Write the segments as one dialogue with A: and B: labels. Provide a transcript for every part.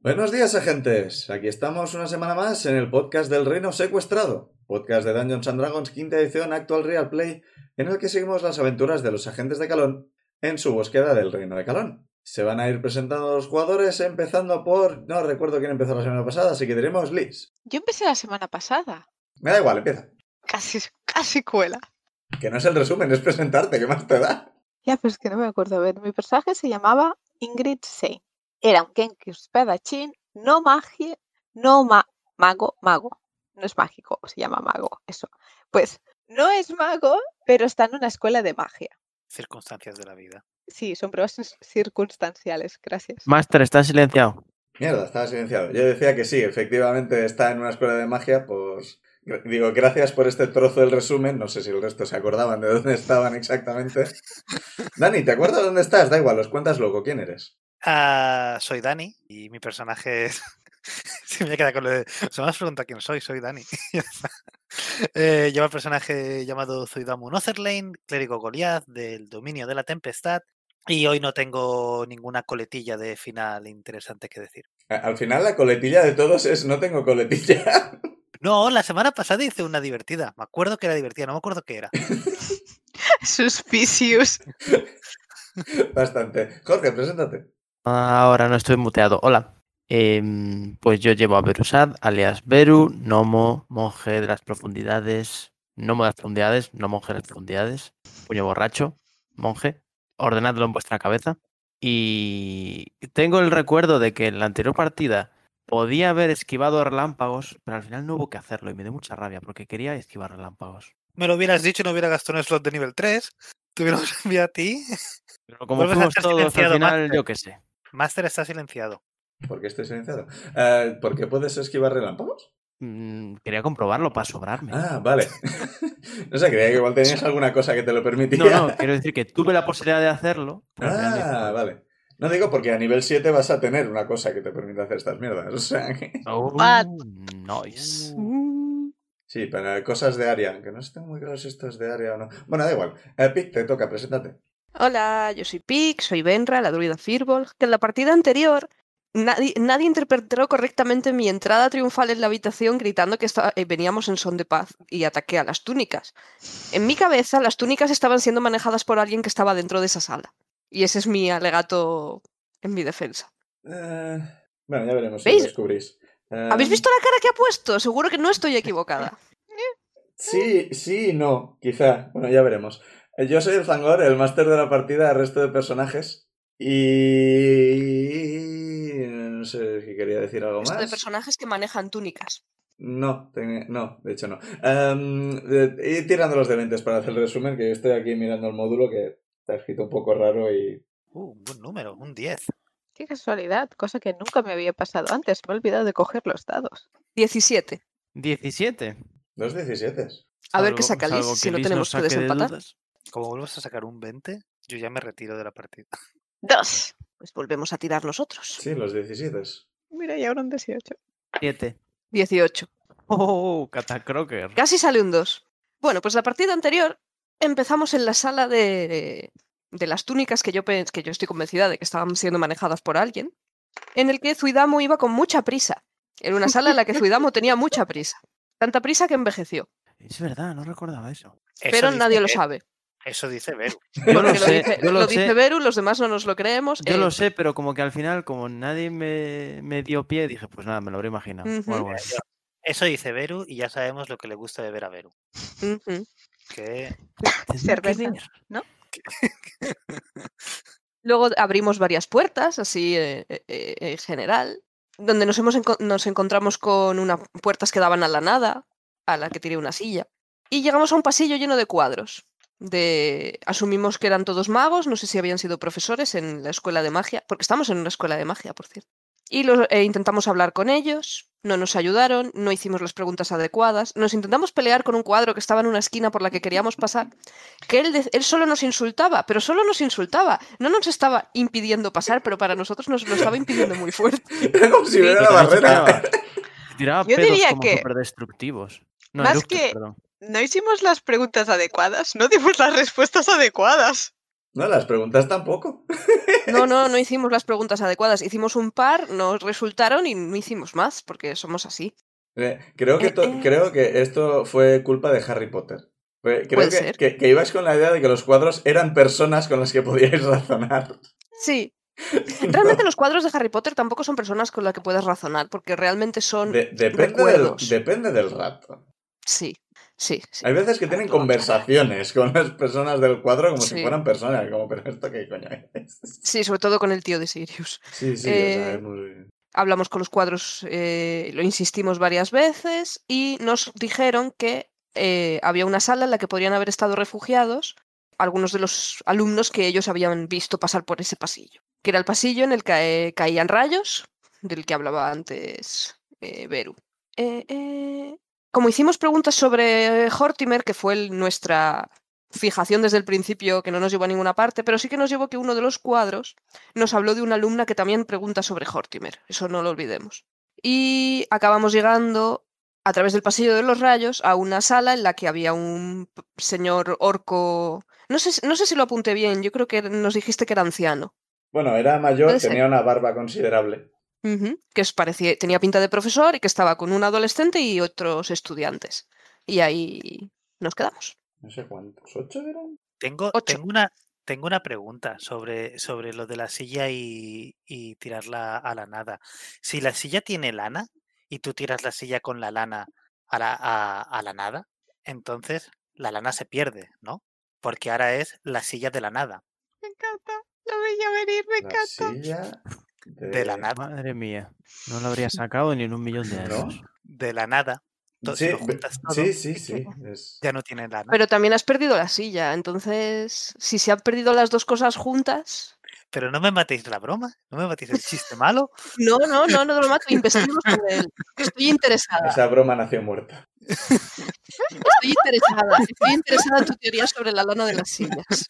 A: Buenos días, agentes. Aquí estamos una semana más en el podcast del Reino Secuestrado, podcast de Dungeons and Dragons quinta edición Actual Real Play, en el que seguimos las aventuras de los agentes de Calón en su búsqueda del Reino de Calón. Se van a ir presentando los jugadores, empezando por. No recuerdo quién empezó la semana pasada, así que diremos Liz.
B: Yo empecé la semana pasada.
A: Me da igual, empieza.
B: Casi, casi cuela.
A: Que no es el resumen, es presentarte, ¿qué más te da?
B: Ya, pero es que no me acuerdo. A ver, mi personaje se llamaba Ingrid Sein. Era un Genki espadachín, no magie, no ma- mago, mago. No es mágico, se llama mago, eso. Pues no es mago, pero está en una escuela de magia.
C: Circunstancias de la vida.
B: Sí, son pruebas cir- circunstanciales, gracias.
D: Master, estás silenciado.
A: Mierda, estaba silenciado. Yo decía que sí, efectivamente está en una escuela de magia, pues. gr- Digo, gracias por este trozo del resumen. No sé si el resto se acordaban de dónde estaban exactamente. Dani, ¿te acuerdas dónde estás? Da igual, los cuentas luego. ¿Quién eres?
C: Ah, soy Dani y mi personaje es. Se me queda con lo de. Se me has preguntado quién soy, soy Dani. Ya está. Eh, llevo el personaje llamado Zuidamu Notherlane, clérigo Goliath del dominio de la tempestad. Y hoy no tengo ninguna coletilla de final interesante que decir.
A: A- Al final la coletilla de todos es no tengo coletilla.
C: No, la semana pasada hice una divertida. Me acuerdo que era divertida, no me acuerdo qué era.
B: Suspicious.
A: Bastante. Jorge, preséntate.
D: Ahora no estoy muteado. Hola. Em, pues yo llevo a Berusad, alias Beru, gnomo, monje de las profundidades, gnomo de las profundidades, no monje de las profundidades, puño borracho, monje, ordenadlo en vuestra cabeza. Y tengo el recuerdo de que en la anterior partida podía haber esquivado relámpagos, pero al final no hubo que hacerlo y me dio mucha rabia porque quería esquivar relámpagos.
C: Me lo hubieras dicho y no hubiera gastado un slot de nivel 3. Te hubiéramos enviado a ti.
D: Pero como
C: Vuelves a
D: fuimos
C: estar
D: todos al
C: silenciado,
D: final,
C: Master.
D: yo qué sé.
C: Master está silenciado.
A: ¿Por qué estoy silenciado? Eh, ¿Por qué puedes esquivar relámpagos?
D: Mm, Quería comprobarlo para sobrarme.
A: Ah, vale. no sé, creía que igual tenías alguna cosa que te lo permitía.
D: No, no, quiero decir que tuve la posibilidad de hacerlo. pero al final dije,
A: Ah, vale. No digo porque a nivel 7 vas a tener una cosa que te permite hacer estas mierdas. O sea, que-
D: "Oh,
E: Ah.
B: What?
D: nice.
B: Mm,
A: Sí, para cosas de área. Que no está muy claro si esto es de área o no. Bueno, da igual. Eh, Pic, te toca, preséntate.
E: Hola, yo soy Pic, soy Benra, la druida Firbolg, que en la partida anterior nadie, nadie interpretó correctamente mi entrada triunfal en la habitación gritando que esta- eh, veníamos en son de paz y ataqué a las túnicas. En mi cabeza, las túnicas estaban siendo manejadas por alguien que estaba dentro de esa sala. Y ese es mi alegato en mi defensa.
A: Eh, bueno, ya veremos si lo
E: ¿Veis?
A: descubrís. Eh,
E: ¿Habéis visto la cara que ha puesto? Seguro que no estoy equivocada.
A: Sí, sí y no, quizá. Bueno, ya veremos. Eh, Yo soy el Zangor, el máster de la partida, el resto de personajes. Y... No sé si quería decir algo
E: Esto de
A: más.
E: personajes que manejan túnicas.
A: No, tenía- no, de hecho no. Em, eh, ir tirando los dementes para hacer el resumen, que estoy aquí mirando el módulo que está escrito un poco raro y...
C: Uh, un buen número, un 10.
B: Qué casualidad, cosa que nunca me había pasado antes. Me he olvidado de coger los dados.
E: 17.
D: 17.
A: Dos 17.
E: A ver
D: Salvo-
E: qué saca Liz,
D: salvo
E: si
D: que
E: no
D: Liz
E: tenemos que
D: saque de
E: desempatar.
D: dudas.
C: Como vuelvas a sacar un 20, yo ya me retiro de la partida.
E: Dos. Pues volvemos a tirar nosotros.
A: Sí, los 17.
B: Mira, y ahora un 18.
D: 7.
E: 18.
D: Oh, Catacroker.
E: Casi sale un 2. Bueno, pues la partida anterior empezamos en la sala de, de las túnicas que yo, pe- que yo estoy convencida de que estaban siendo manejadas por alguien, en el que Zuidamo iba con mucha prisa. En una sala en la que Zuidamo tenía mucha prisa. Tanta prisa que envejeció.
D: Es verdad, no recordaba eso. ¿eh?
C: Eso
E: pero
C: dice
E: nadie lo
C: Beru,
E: sabe.
C: Eso dice Beru.
D: Yo lo
E: porque
D: sé,
E: dice,
D: yo
E: lo
D: lo
E: dice
D: sé.
E: Beru, los demás no nos lo creemos.
D: Yo
E: eh,
D: lo sé, pero como que al final, como nadie me, me dio pie, dije, pues nada, me lo habré imaginado. o
E: Ujú.
D: algo
A: Pues
D: así.
C: Eso dice Beru y ya sabemos lo que le gusta beber a Beru.
E: ujú.
C: Que
D: Tendré que
B: Cerveza.
D: ver.
E: Luego abrimos varias puertas, así eh, eh, eh, en general, donde nos, hemos enco- nos encontramos con unas puertas que daban a la nada, a la que tiré una silla, y llegamos a un pasillo lleno de cuadros. de asumimos que eran todos magos, no sé si habían sido profesores en la escuela de magia, porque estamos en una escuela de magia, por cierto. Y los, eh, intentamos hablar con ellos, no nos ayudaron, no hicimos las preguntas adecuadas, nos intentamos pelear con un cuadro que estaba en una esquina por la que queríamos pasar, que él, de- él solo nos insultaba, pero solo nos insultaba, no nos estaba impidiendo pasar, pero para nosotros nos lo estaba impidiendo muy fuerte.
A: Era como si
E: Sí.
A: hubiera la
D: Pero también
A: barrera.
D: tiraba- tiraba
B: Yo
D: pedos
B: diría
D: como
B: que-
D: superdestructivos. No,
B: más
D: eructos,
B: que-
D: perdón.
B: No hicimos las preguntas adecuadas, no dimos las respuestas adecuadas.
A: No, las preguntas tampoco.
E: No, no, no hicimos las preguntas adecuadas, hicimos un par, nos resultaron y no hicimos más, porque somos así.
A: Eh, Creo que, to-
E: Eh, eh.
A: creo que esto fue culpa de Harry Potter. Fue- Creo
E: Puede
A: que,
E: ser.
A: que- que ibas con la idea de que los cuadros eran personas con las que podíais razonar.
E: Sí, Realmente los cuadros de Harry Potter tampoco son personas con las que puedas razonar, porque realmente son...
A: De- depende, del,
E: recuerdos.
A: depende del rato.
E: Sí, sí, sí.
A: Hay veces que tienen
E: Rato,
A: conversaciones con las personas del cuadro como si
E: Sí.
A: fueran personas, como, pero esto qué coño es.
E: Sí, sobre todo con el tío de Sirius.
A: Sí, sí, o sea,
E: Eh,
A: es muy...
E: Hablamos con los cuadros, eh, lo insistimos varias veces y nos dijeron que eh, había una sala en la que podrían haber estado refugiados algunos de los alumnos que ellos habían visto pasar por ese pasillo, que era el pasillo en el que eh, caían rayos, del que hablaba antes eh, Beru. Eh, eh, como hicimos preguntas sobre Hortimer, que fue el- nuestra fijación desde el principio, que no nos llevó a ninguna parte, pero sí que nos llevó que uno de los cuadros nos habló de una alumna que también pregunta sobre Hortimer, eso no lo olvidemos. Y acabamos llegando a través del pasillo de los rayos a una sala en la que había un p- señor orco, no sé, si- no sé si lo apunté bien, yo creo que er, nos dijiste que era anciano.
A: Bueno, era mayor,
E: puede ser.
A: tenía una barba considerable.
E: Ujú, que es parecía, tenía pinta de profesor y que estaba con un adolescente y otros estudiantes. Y ahí nos quedamos.
A: No sé cuántos, ¿ocho eran?
C: Tengo,
E: Ocho.
C: tengo una, tengo una pregunta sobre, sobre lo de la silla y, y tirarla a la nada. Si la silla tiene lana y tú tiras la silla con la lana a la, a- a la nada, entonces la lana se pierde, ¿no? Porque ahora es la silla de la nada.
B: Me encanta, lo veía venir,
C: Ah,
B: me
A: La
B: encanta.
A: silla de...
C: De la nada.
D: Madre mía, no lo habría sacado ni en un millón de
A: ¿No?
D: años.
C: De la nada. to- si
A: Sí,
C: lo juntas todo,
A: sí, sí, sí. es-
C: ya no tiene lana. Pero,
E: Pero también has perdido la silla, entonces si se han perdido las dos cosas juntas...
C: no me matéis la broma, no me matéis el chiste malo.
E: No, no, no, no te lo mato, investiguemos sobre él. que Estoy interesada,
A: Esa broma nació muerta.
E: estoy interesada, estoy interesada en tu teoría sobre la lana de las sillas.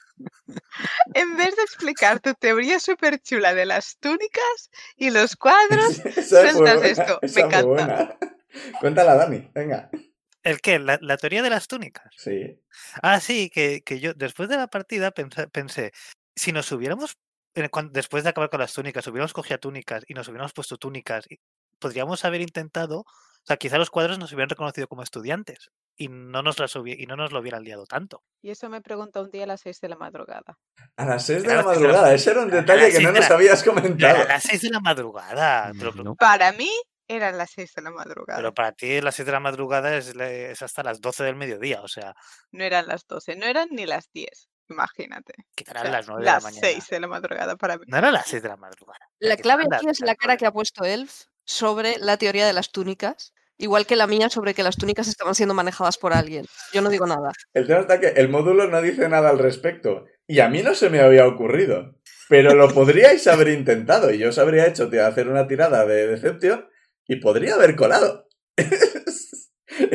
B: En vez de explicar tu teoría súper chula de las túnicas y los cuadros,
A: Esa fue
B: Sueltas
A: buena,
B: esto, me
A: esa fue
B: encanta.
A: buena. Cuéntala, Dani, venga.
C: ¿El qué? La- la teoría de las túnicas.
A: Sí.
C: Ah, sí, que, que yo después de la partida pensa- pensé, si nos hubiéramos, eh, cuan- después de acabar con las túnicas, hubiéramos cogido túnicas y nos hubiéramos puesto túnicas, y podríamos haber intentado, o sea, quizá los cuadros nos hubieran reconocido como estudiantes y no nos, las hubie- y no nos lo hubieran liado tanto.
B: Y eso me preguntó un día a las 6 de la madrugada.
A: A las 6 de la
C: Claro, sí,
A: madrugada,
C: claro.
A: ese era un
C: A
A: detalle
C: las
A: que no
C: seis de
A: nos
C: la-
A: habías
C: A
A: comentado.
C: las 6 de la madrugada,
D: Mm,
C: te lo pre-
D: No.
B: Para mí eran las 6 de la madrugada,
C: pero para ti las 6 de la madrugada es, la- es hasta las 12 del mediodía, o sea,
B: no eran las 12, no eran ni las 10, imagínate. O
C: quedarán
B: sea,
C: las 9 de la mañana.
B: 6 de la madrugada para mí.
C: No eran las 6 de la madrugada.
E: La
C: que
E: clave
C: serán las
E: aquí es
C: tres
E: la cara
C: horas.
E: que ha puesto Elf sobre la teoría de las túnicas, igual que la mía sobre que las túnicas estaban siendo manejadas por alguien. Yo no digo nada.
A: El tema está que el módulo no dice nada al respecto. Y a mí no se me había ocurrido. Pero lo podríais haber intentado. Y yo os habría hecho te- hacer una tirada de Deception y podría haber colado.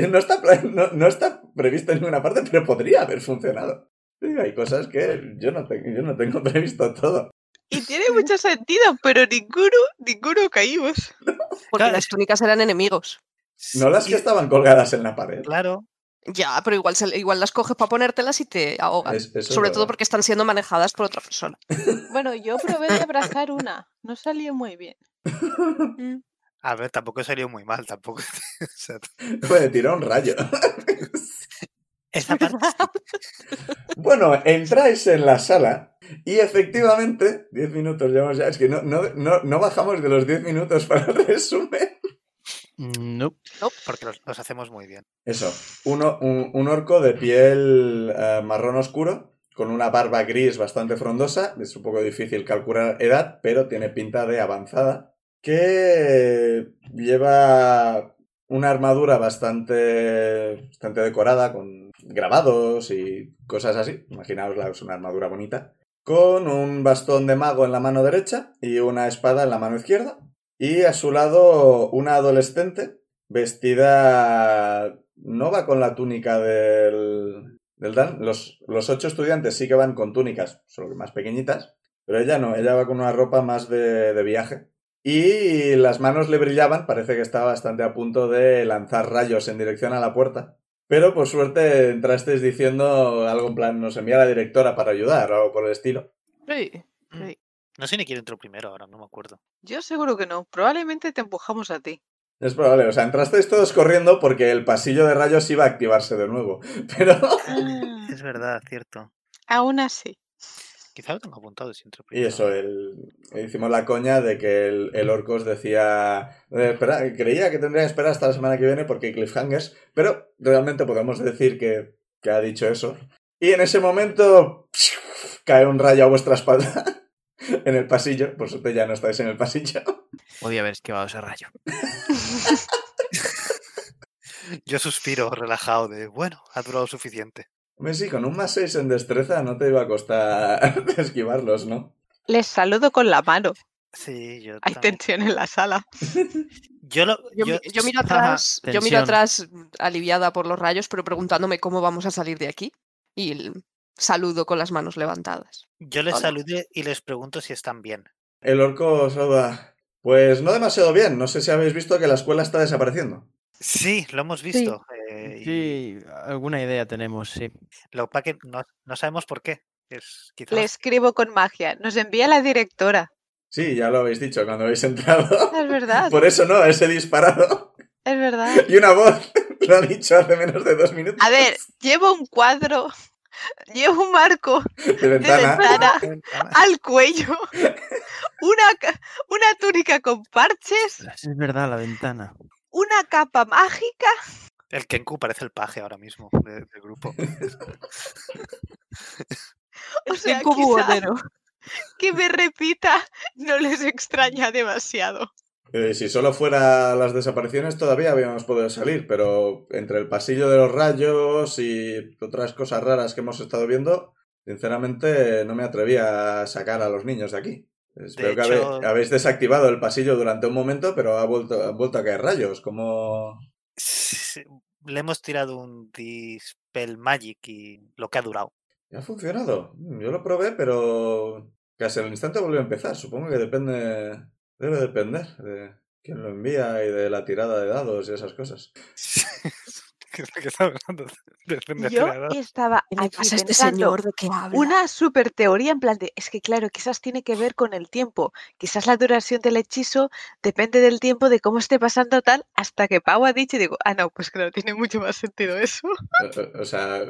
A: no, está, pla- no, no está previsto en ninguna parte, pero podría haber funcionado. Sí, hay cosas que yo no, tengo, yo no tengo previsto todo.
B: Y tiene mucho sentido, pero ninguno, ninguno caímos.
E: Porque
C: Claro,
E: las
C: es-
E: túnicas eran enemigos.
A: No las
C: Sí,
A: que estaban colgadas en la pared.
C: Claro,
E: Ya, pero igual, se- igual las coges para ponértelas y te ahogan.
A: Es- eso es
E: Sobre todo
A: verdad.
E: porque están siendo manejadas por otra persona.
B: Bueno, yo probé de abrazar una, no salió muy bien.
C: a ver, tampoco salió muy mal, tampoco. o sea,
A: Puede tirar un rayo.
C: Esa parte
A: Bueno, entráis en la sala y efectivamente, 10 minutos llevamos ya, es que no, no, no, no bajamos de los 10 minutos para el resumen.
C: Mm,
D: No.
C: porque los, los hacemos muy bien.
A: Eso, uno, un, un orco de piel eh, marrón oscuro, con una barba gris bastante frondosa, es un poco difícil calcular edad, pero tiene pinta de avanzada, que lleva una armadura bastante, bastante decorada, con grabados y cosas así. Imaginaos una armadura bonita. Con un bastón de mago en la mano derecha y una espada en la mano izquierda. Y a su lado una adolescente vestida... No va con la túnica del, del Dan. Los, los ocho estudiantes sí que van con túnicas, solo que más pequeñitas. Pero ella no, ella va con una ropa más de, de viaje. Y las manos le brillaban, parece que estaba bastante a punto de lanzar rayos en dirección a la puerta. Pero por suerte entrasteis diciendo algo en plan, nos envía la directora para ayudar o algo por el estilo.
E: Sí, sí.
C: No sé ni quién entró primero ahora, no me acuerdo.
B: Yo seguro que no. Probablemente te empujamos a ti.
A: Es probable, o sea, entrasteis todos corriendo porque el pasillo de rayos iba a activarse de nuevo. Pero... Ah.
C: Es verdad, cierto.
B: Aún así.
C: Quizá lo tengo apuntado si entró
A: Y
C: primero.
A: eso, el- hicimos la coña de que el, el Orcos decía. eh, espera, creía que tendría que esperar hasta la semana que viene porque hay cliffhangers, pero realmente podemos decir que, que ha dicho eso. Y en ese momento cae un rayo a vuestra espalda en el pasillo. Por suerte ya no estáis en el pasillo.
D: Podía haber esquivado ese rayo.
C: Yo suspiro relajado de, bueno, ha durado suficiente.
A: Hombre, sí, con un más 6 en destreza no te iba a costar esquivarlos, ¿no?
B: Les saludo con la mano.
C: Sí, yo
B: Hay
C: también.
B: tensión en la sala.
C: Yo, lo,
E: Yo, mi- yo miro
C: Ajá.
E: atrás, yo
D: tensión.
E: miro atrás aliviada por los rayos, pero preguntándome cómo vamos a salir de aquí. Y el- saludo con las manos levantadas.
C: Yo les
E: Hola.
C: saludé y les pregunto si están bien.
A: El orco saluda. Pues no demasiado bien. No sé si habéis visto que la escuela está desapareciendo.
C: Sí, lo hemos visto. eh, y
D: Sí, alguna idea tenemos, sí.
C: Lo pa- que no, no sabemos por qué. Es quizás.
B: Le escribo con magia. Nos envía la directora.
A: Sí, ya lo habéis dicho cuando habéis entrado.
B: Es verdad,
A: Por eso no, ese disparado.
B: es verdad.
A: Y una voz lo ha dicho hace menos de dos minutos.
B: A ver, llevo un cuadro, llevo un marco
A: de
B: de
A: ventana.
B: ventana al cuello, una, ca- una túnica con parches,
D: Es verdad, la ventana.
B: una capa mágica.
C: El Kenku parece el paje ahora mismo de- del grupo.
B: O
E: El
B: sea,
E: Kenku
B: quizá
E: buhonero.
B: que me repita no les extraña demasiado.
A: Eh, si solo fuera las desapariciones todavía habíamos podido salir, pero entre el pasillo de los rayos y otras cosas raras que hemos estado viendo, sinceramente no me atrevía a sacar a los niños de aquí. Espero que
C: hecho-
A: habe- habéis desactivado el pasillo durante un momento, pero ha vuelto, han vuelto a caer rayos. Como
C: Sí, Le hemos tirado un Dispel Magic y lo que ha durado.
A: ¿Ha funcionado? Mm, Yo lo probé, pero casi al instante volvió a empezar. Supongo que depende. Debe depender de quién lo envía y de la tirada de dados y esas cosas.
C: ¿Qué es lo que está hablando? Depende de
B: Yo
C: la edad.
B: estaba aquí pensando
E: este de qué habla?
B: una super teoría en plan de, es que claro, quizás tiene que ver con el tiempo, quizás la duración del hechizo depende del tiempo, de cómo esté pasando tal, hasta que Pau ha dicho y digo, ah, no, pues claro, tiene mucho más sentido eso.
A: O- o- O sea,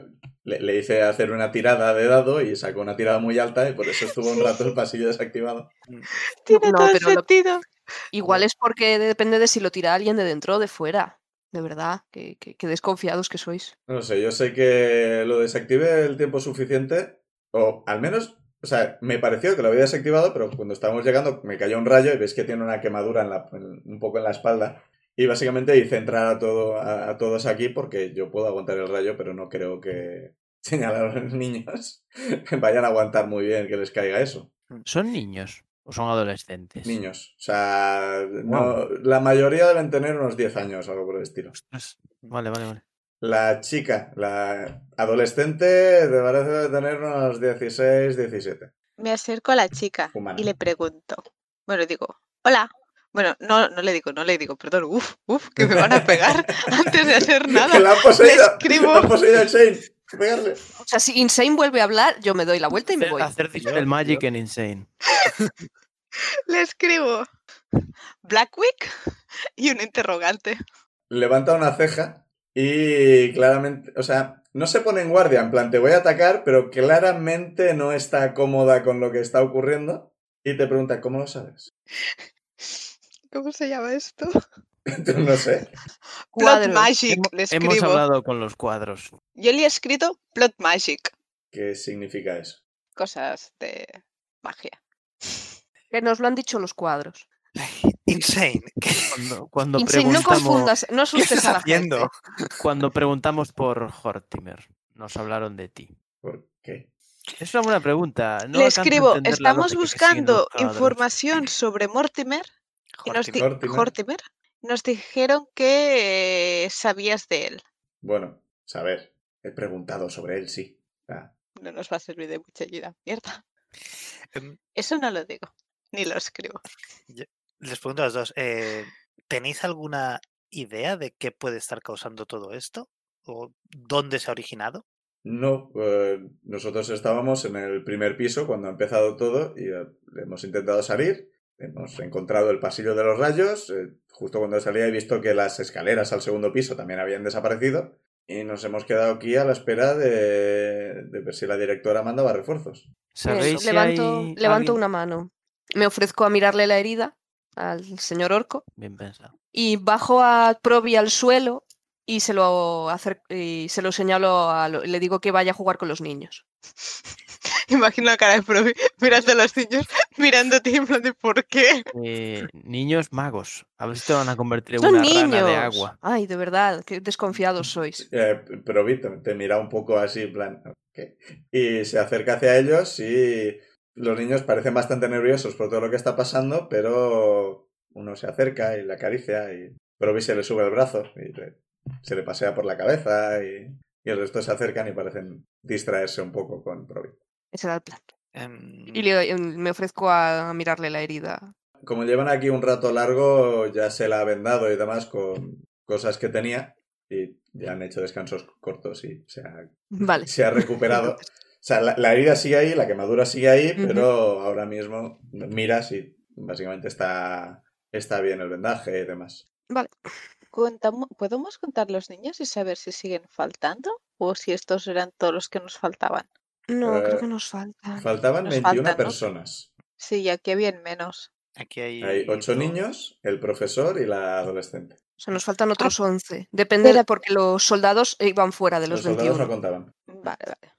A: le, le hice hacer una tirada de dado y sacó una tirada muy alta y por eso estuvo un rato el pasillo desactivado.
B: Tiene
E: No,
B: todo
E: pero lo-
B: sentido.
E: Igual es porque depende de si lo tira alguien de dentro o de fuera. De verdad, que, que- que desconfiados que sois.
A: No sé, yo sé que lo desactivé el tiempo suficiente, o al menos. O sea, me pareció que lo había desactivado, pero cuando estábamos llegando me cayó un rayo y veis que tiene una quemadura en la- en- un poco en la espalda. Y básicamente hice entrar a, todo, a, a todos aquí porque yo puedo aguantar el rayo, pero no creo que señalar a los niños vayan a aguantar muy bien que les caiga eso.
D: ¿Son niños o son adolescentes?
A: Niños. O sea, no- la mayoría deben tener unos 10 años o algo por el estilo.
D: Ostras, Vale, vale, vale.
A: La chica, la adolescente, me parece de tener unos 16, 17.
B: Me acerco a la chica
A: Humana.
B: y le pregunto, bueno, digo, hola. Bueno, no, no le digo, no le digo, perdón, uff, uff, que me van a pegar antes de hacer nada.
A: ¡Que la ha poseído!
B: Le escribo.
A: ¡La ha poseído el Shane! ¡Pegarle!
E: O sea, si Insane vuelve a hablar, yo me doy la vuelta y me
D: Hacer-
E: voy.
D: Hacer
C: Yo-
D: el Magic en Insane.
B: Le escribo Blackwick y un interrogante.
A: Levanta una ceja y claramente, o sea, no se pone en guardia, en plan, te voy a atacar, pero claramente no está cómoda con lo que está ocurriendo. Y te pregunta, ¿cómo lo sabes?
B: ¿Cómo se llama esto?
A: no sé.
E: Cuadros.
B: Plot Magic, le
D: Hemos-
B: escribo.
D: Hemos hablado con los cuadros.
B: Yo le he escrito Plot Magic,
A: ¿Qué significa eso?
B: cosas de magia.
E: Que nos lo han dicho los cuadros.
C: Insane. ¿Qué
D: Cuando, cuando
E: Insane, no
D: preguntamos,
E: confundas, no
C: qué
E: asustes
C: estás
E: a la gente.
C: haciendo?
D: cuando preguntamos por Hortimer, nos hablaron de ti?
A: ¿Por qué?
D: Es una buena pregunta. No
B: Le
D: alcanzo a
B: escribo,
D: entender la
B: estamos
D: lógica que siguen
B: buscando
D: los cabrones".
B: información sobre Mortimer y nos, di-
C: Hortimer.
A: Hortimer.
B: Hortimer. Nos dijeron que eh, sabías de él.
A: Bueno, saber. He preguntado sobre él, sí. Ah,
B: No nos va a servir de mucha ayuda. Mierda.
C: Em,
B: Eso no lo digo. Ni lo escribo.
C: Les pregunto a los dos, eh, ¿tenéis alguna idea de qué puede estar causando todo esto? ¿O dónde se ha originado?
A: No, eh, nosotros estábamos en el primer piso cuando ha empezado todo y eh, hemos intentado salir. Hemos encontrado el pasillo de los rayos. eh, justo cuando salía he visto que las escaleras al segundo piso también habían desaparecido. Y nos hemos quedado aquí a la espera de, de ver si la directora mandaba refuerzos.
D: ¿Sabéis si
E: levanto
D: hay
E: levanto
D: alguien-
E: una mano. Me ofrezco a mirarle la herida al señor Orco
D: Bien pensado.
E: y bajo a Probi al suelo y se lo, acer- y se lo señalo, a lo- le digo que vaya a jugar con los niños.
B: Imagino la cara de Probi mirando a los niños, mirándote en plan de ¿por qué?
D: Eh, niños magos. A ver si te van a convertir en
E: ¡Los
D: una
E: niños!
D: rana de agua.
E: Ay, de verdad, qué desconfiados sois.
A: Eh, pero Vito te mira un poco así, en plan. "Ok". Y se acerca hacia ellos y los niños parecen bastante nerviosos por todo lo que está pasando, pero uno se acerca y le acaricia y Provi se le sube el brazo y le- se le pasea por la cabeza y, y el resto se acercan y parecen distraerse un poco con Provi.
E: Ese era el plan.
C: Em,
E: Y le- mm, me ofrezco a mirarle la herida.
A: Como llevan aquí un rato largo, ya se la ha vendado y demás con cosas que tenía y ya han hecho descansos cortos y se ha
E: Vale.
A: se ha recuperado. O sea, la, la herida sigue ahí, la quemadura sigue ahí,
E: Ujú.
A: pero ahora mismo miras y básicamente está, está bien el vendaje y demás.
E: Vale.
B: Contamo- ¿Podemos contar los niños y saber si siguen faltando? ¿O si estos eran todos los que nos faltaban?
E: No, creo
A: Eh,
E: que Ah, nos falta.
A: Faltaban
B: Nos
A: 21
B: faltan, ¿no?
A: personas.
B: Sí, y aquí habían menos.
C: Aquí hay,
A: Hay 8
C: do-
A: niños, el profesor y la adolescente.
E: O sea, nos faltan otros 11. Depende
B: espera.
E: porque los soldados iban fuera de
A: Los
E: los,
A: soldados
E: 21.
A: no contaban.
B: Vale, vale.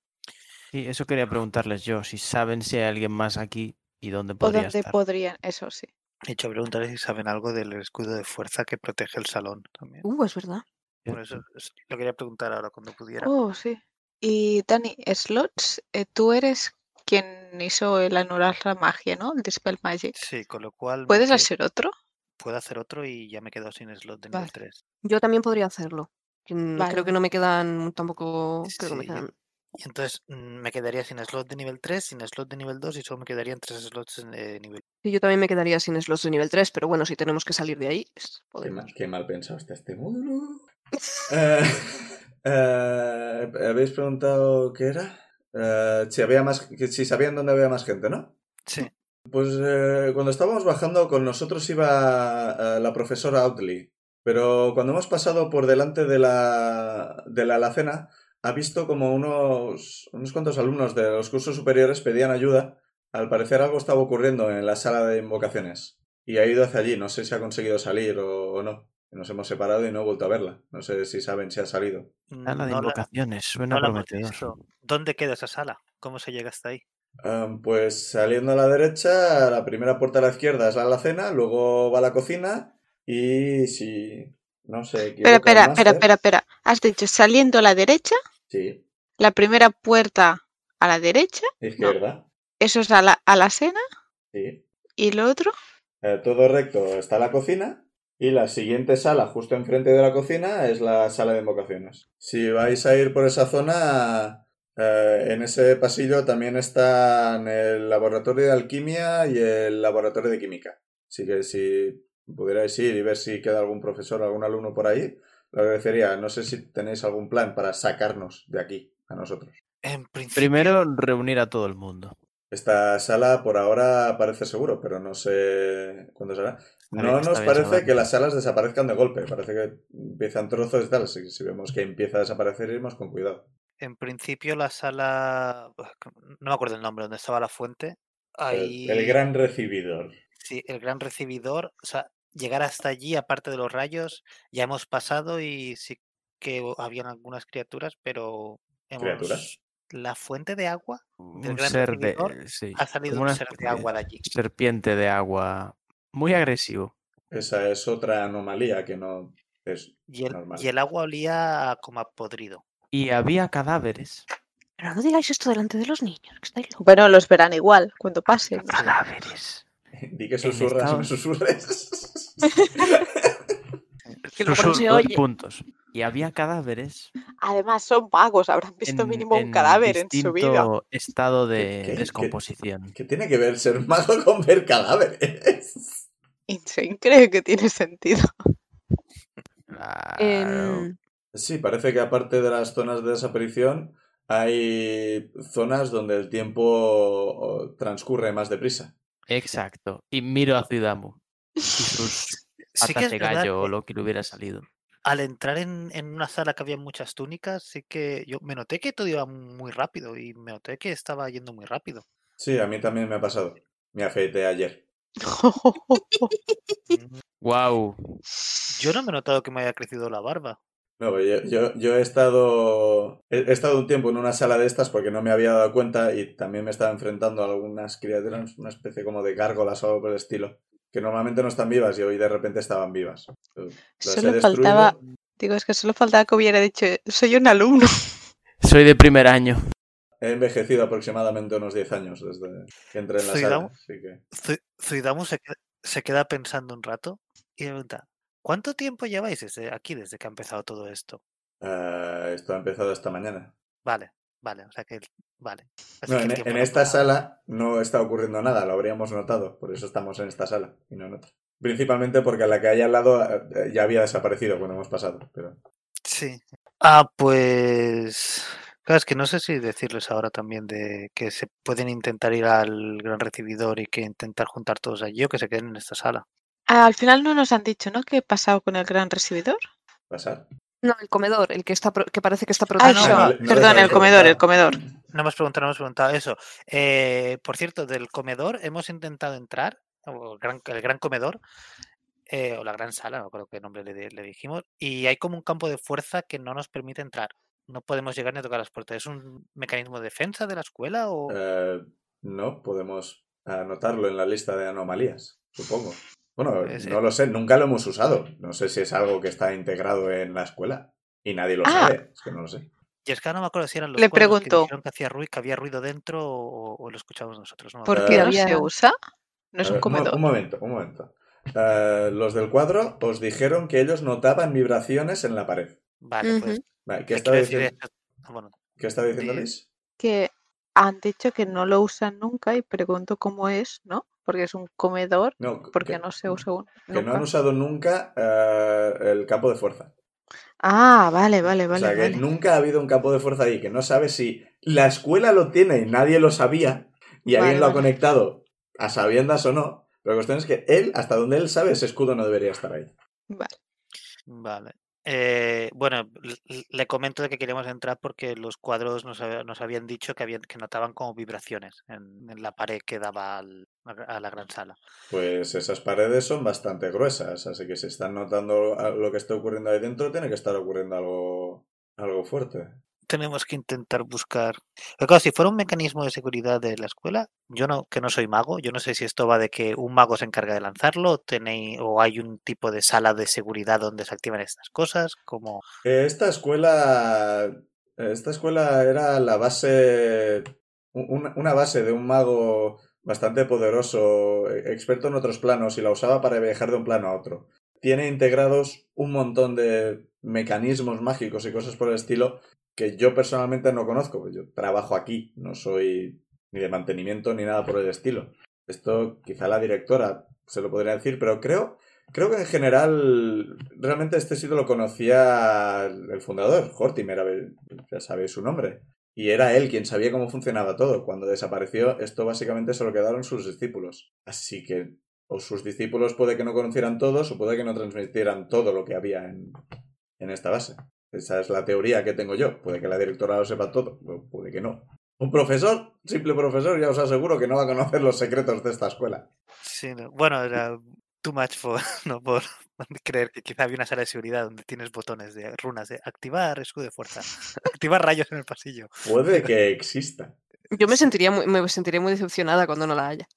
D: Sí, eso quería preguntarles yo. Si saben si hay alguien más aquí y dónde
B: ¿O
D: podría
B: dónde
D: estar.
B: podrían? Eso sí.
C: De hecho, preguntaré si saben algo del escudo de fuerza que protege el salón también.
E: Uh, es verdad.
C: Bueno, eso es- lo quería preguntar ahora cuando pudiera.
B: Oh, sí. Y Dani, Slots, eh, tú eres quien hizo el anular la magia, ¿no? El Dispel Magic.
C: Sí, con lo cual me
B: ¿Puedes
C: que-
B: hacer otro?
C: puedo hacer otro y ya me he quedado sin slot de nivel
E: Vale.
C: 3.
E: Yo también podría hacerlo. que n-
B: Vale.
E: Creo que no me quedan tampoco. Creo que me
C: Sí, yo-
E: quedan.
C: Y entonces mm, me quedaría sin slot de nivel 3, sin slot de nivel 2 y solo me quedarían 3 slots en eh, nivel.
E: sí, yo también me quedaría sin slots de nivel 3, pero bueno, si tenemos que salir de ahí, es-
A: Qué
E: podemos.
A: mal, qué mal pensado está este módulo. Eh, eh, ¿Habéis preguntado qué era? Eh, si, había más, que si sabían dónde había más gente, ¿no?
C: Sí.
A: Pues eh, cuando estábamos bajando con nosotros iba eh, la profesora Outley, pero cuando hemos pasado por delante de la, de la alacena, ha visto como unos, unos cuantos alumnos de los cursos superiores pedían ayuda. Al parecer algo estaba ocurriendo en la sala de invocaciones. Y ha ido hacia allí, no sé si ha conseguido salir o, o no. Nos hemos separado y no he vuelto a verla. No sé si saben si ha salido.
D: Sala de
C: no la-
D: invocaciones. Suena
C: no la hemos
D: prometedor.
C: visto. ¿Dónde queda esa sala? ¿Cómo se llega hasta ahí?
A: Ah, pues saliendo a la derecha, la primera puerta a la izquierda es la alacena, luego va la cocina y si no sé.
B: Espera, espera, espera, espera, espera. Has dicho saliendo a la derecha,
A: Sí,
B: la primera puerta a la derecha,
A: izquierda.
B: eso es a la, a la cena,
A: Sí.
B: y lo otro,
A: Eh, todo recto está la cocina y la siguiente sala justo enfrente de la cocina es la sala de invocaciones. Si vais a ir por esa zona, eh, en ese pasillo también están el laboratorio de alquimia y el laboratorio de química. Así que si pudierais ir y ver si queda algún profesor o algún alumno por ahí, lo agradecería. No sé si tenéis algún plan para sacarnos de aquí, a nosotros.
C: En principio.
D: Primero, reunir a todo el mundo.
A: Esta sala por ahora parece seguro, pero no sé cuándo será.
D: Está
A: no
D: bien, está
A: nos
D: bien
A: parece
D: salvado.
A: que las salas desaparezcan de golpe, parece que empiezan trozos y tal, así que si vemos que empieza a desaparecer, iremos con cuidado.
C: En principio la sala, buah, c- no me acuerdo el nombre, donde estaba la fuente. Ahí,
A: El, el gran recibidor.
C: sí, el gran recibidor, o sea, llegar hasta allí, aparte de los rayos, ya hemos pasado y sí que o- habían algunas criaturas, pero hemos...
A: ¿Criaturas?
C: La fuente de agua
D: Un
C: gran
D: ser de.
C: recibidor
D: sí,
C: ha salido
D: como
C: un
D: una
C: ser de
D: especie-
C: agua de allí.
D: Serpiente de agua. Muy agresivo.
A: Esa es otra anomalía que no es
C: Y el,
A: normal.
C: y el agua olía a como a podrido.
D: y había cadáveres.
E: Pero no digáis esto delante de los niños, que estáis locos.
B: Bueno, los verán igual cuando pasen.
D: Cadáveres.
A: Di que susurras,
D: estado-
A: no susurres.
E: que lo mejor no se
D: Susurro,
E: oye.
D: puntos. Y había cadáveres.
B: Además, son vagos, habrán visto
D: en-
B: mínimo un
D: en
B: cadáver en su vida.
D: distinto estado de
A: ¿Qué- qué- qué?
D: descomposición.
A: ¿Qué tiene que ver ser mago con ver cadáveres?
B: Insane creo que tiene sentido.
D: Claro.
E: Em,
A: Sí, parece que aparte de las zonas de desaparición, hay zonas donde el tiempo o, transcurre más deprisa.
D: Exacto. Y miro a Zuidamu. Y sus
C: Sí que
D: patas
C: es
D: de
C: verdad
D: gallo o
C: que
D: lo que le hubiera salido.
C: al entrar en, en una sala que había muchas túnicas, sí que yo me noté que todo iba muy rápido y me noté que estaba yendo muy rápido.
A: Sí, a mí también me ha pasado. Me afeité ayer.
D: Wow.
C: Yo no me he notado que me haya crecido la barba.
A: No, yo, yo, yo he estado he, he estado un tiempo en una sala de estas porque no me había dado cuenta y también me estaba enfrentando a algunas criaturas, una especie como de gárgolas o algo por el estilo, que normalmente no están vivas y hoy de repente estaban vivas. Las he
B: Solo
A: destruido.
B: faltaba- Digo, es que solo faltaba que hubiera dicho, soy un alumno.
D: Soy de primer año.
A: He envejecido aproximadamente unos 10 años desde que entré en la
C: Soy
A: sala.
C: Dao.
A: así que-
C: Zu- Zuidamu se, queda- se queda pensando un rato y le pregunta, ¿cuánto tiempo lleváis desde aquí, desde que ha empezado todo esto?
A: Ah, esto ha empezado esta mañana.
C: Vale, vale, o sea que... Vale. así
A: No,
C: que el
A: en, e,
C: tiempo
A: en
C: no
A: esta
C: pasa nada.
A: sala no está ocurriendo nada, lo habríamos notado, por eso estamos en esta sala y no en otra. Principalmente porque la que hay al lado eh, ya había desaparecido cuando hemos pasado, pero
C: Sí. Ah, pues... Claro, es que no sé si decirles ahora también de que se pueden intentar ir al gran recibidor y que intentar juntar todos allí o que se queden en esta sala.
B: Ah, Al final no nos han dicho, ¿no? ¿Qué ha pasado con el gran recibidor?
A: pasar.
E: No, el comedor, el que está pro- que parece que está
B: Ah,
C: no,
B: eso.
C: no,
A: no les
B: Perdón,
A: habéis
B: el comedor, el
A: preguntado.
B: comedor.
C: No hemos preguntado, no hemos preguntado eso. Eh, por cierto, del comedor hemos intentado entrar, o el gran, el gran comedor, eh, o la gran sala, no creo qué nombre le, di- le dijimos, y hay como un campo de fuerza que no nos permite entrar. No podemos llegar ni a tocar las puertas. ¿Es un mecanismo de defensa de la escuela o...?
A: Eh, no, podemos anotarlo en la lista de anomalías, supongo. Bueno,
C: Puede ser.
A: no lo sé, nunca lo hemos usado. No sé si es algo que está integrado en la escuela y nadie lo
B: Ah.
A: sabe, es que no lo sé.
C: Y es que ahora no me acuerdo si eran los
B: Le
C: cuervos que
B: pregunto.
C: dijeron que, hacía ruido, que había ruido dentro o, o lo escuchamos nosotros. No me
B: ¿Por
C: acuerdo.
B: qué
A: Eh,
B: no se
E: había-
B: usa? No es
A: A
B: un
A: ver, mo-
B: comedor.
A: Un momento, un momento. Eh, los del cuadro os dijeron que ellos notaban vibraciones en la pared.
C: Vale,
E: Ujú.
C: pues...
A: Vale, ¿Qué
C: le
A: estaba
C: quiero decir
A: diciendo,
C: eso- ah, bueno,
A: qué estaba diciendo
C: de-
A: Liz?
B: Que han dicho que no lo usan nunca y pregunto cómo es, ¿no? Porque es un comedor,
A: No,
B: porque
A: que,
B: no se usa un,
A: que
B: nunca.
A: no han usado nunca eh, el campo de fuerza.
B: Ah, vale, vale,
A: o
B: vale.
A: sea, que
B: vale.
A: nunca ha habido un campo de fuerza ahí, que no sabe si la escuela lo tiene y nadie lo sabía, y
B: Vale,
A: alguien lo ha
B: vale.
A: conectado a sabiendas o no. Pero la cuestión es que él, hasta donde él sabe, ese escudo no debería estar ahí.
B: Vale.
C: Vale. Eh, bueno, l- l- le comento de que queríamos entrar porque los cuadros nos, ha- nos habían dicho que, habían, que notaban como vibraciones en, en la pared que daba al- a gra- a la gran sala.
A: Pues esas paredes son bastante gruesas, así que si están notando a- lo que está ocurriendo ahí dentro, tiene que estar ocurriendo algo, algo fuerte.
C: Tenemos que intentar buscar. Pero claro, si fuera un mecanismo de seguridad de la escuela, yo no, que no soy mago, yo no sé si esto va de que un mago se encarga de lanzarlo, o, tenéis, o hay un tipo de sala de seguridad donde se activan estas cosas, como
A: Eh, Esta escuela, esta escuela era la base, un- una- una base de un mago bastante poderoso, e- experto en otros planos, y la usaba para viajar de un plano a otro. Tiene integrados un montón de mecanismos mágicos y cosas por el estilo que yo personalmente no conozco. Yo trabajo aquí, no soy ni de mantenimiento ni nada por el estilo. Esto quizá la directora se lo podría decir, pero creo Creo que en general, realmente este sitio lo conocía el fundador, Hortimer, a ver, ya sabéis su nombre. Y era él quien sabía cómo funcionaba todo. Cuando desapareció, esto básicamente se lo quedaron sus discípulos. Así que, o sus discípulos puede que no conocieran todos, o puede que no transmitieran todo lo que había en, en esta base. Esa es la teoría que tengo yo. Puede que la directora lo sepa todo, o puede que no. Un profesor, simple profesor, ya os aseguro que no va a conocer los secretos de esta escuela.
C: Sí, no, bueno, era too much for, no por creer que quizá había una sala de seguridad donde tienes botones de runas de activar escudo de fuerza, activar rayos en el pasillo.
A: Puede que exista.
E: Yo me sentiría muy, me sentiría muy decepcionada cuando no la haya.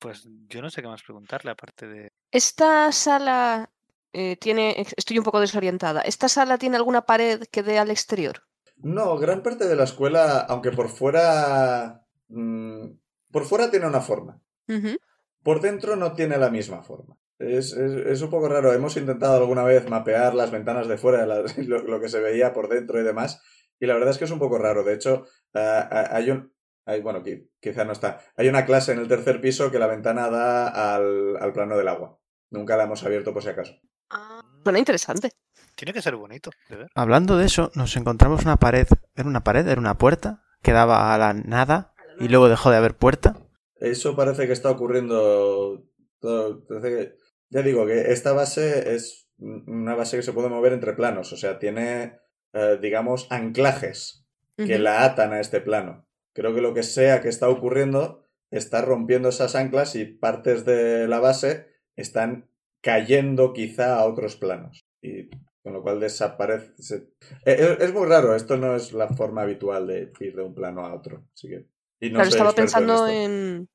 C: Pues yo no sé qué más preguntarle aparte de
E: Esta sala eh, tiene, estoy un poco desorientada. ¿Esta sala tiene alguna pared que dé al exterior?
A: No, gran parte de la escuela, aunque por fuera. mm, por fuera tiene una forma.
E: Ujú.
A: Por dentro no tiene la misma forma. Es, es- es un poco raro. Hemos intentado alguna vez mapear las ventanas de fuera, las- lo, lo que se veía por dentro y demás. Y la verdad es que es un poco raro. De hecho, ah, ah, hay un. hay- bueno, qui- quizá no está. Hay una clase en el tercer piso que la ventana da al, al plano del agua. Nunca la hemos abierto por si acaso.
B: Ah,
E: Suena interesante.
C: Tiene que ser bonito, de ver.
D: Hablando de eso, nos encontramos una pared. ¿Era una pared? ¿Era una puerta? Que daba a la nada y luego dejó de haber puerta.
A: Eso parece que está ocurriendo. todo- parece que- ya digo que esta base es un- una base que se puede mover entre planos, o sea, tiene, eh, digamos, anclajes que
E: Ujú.
A: la atan a este plano. Creo que lo que sea que está ocurriendo está rompiendo esas anclas y partes de la base están cayendo quizá a otros planos. Y con lo cual desaparece. se- e- e- Es, muy raro, esto no es la forma habitual de ir de un plano a otro. Así que... y no
E: claro,
A: soy experto
E: estaba
A: en
E: pensando
A: esto.
E: en,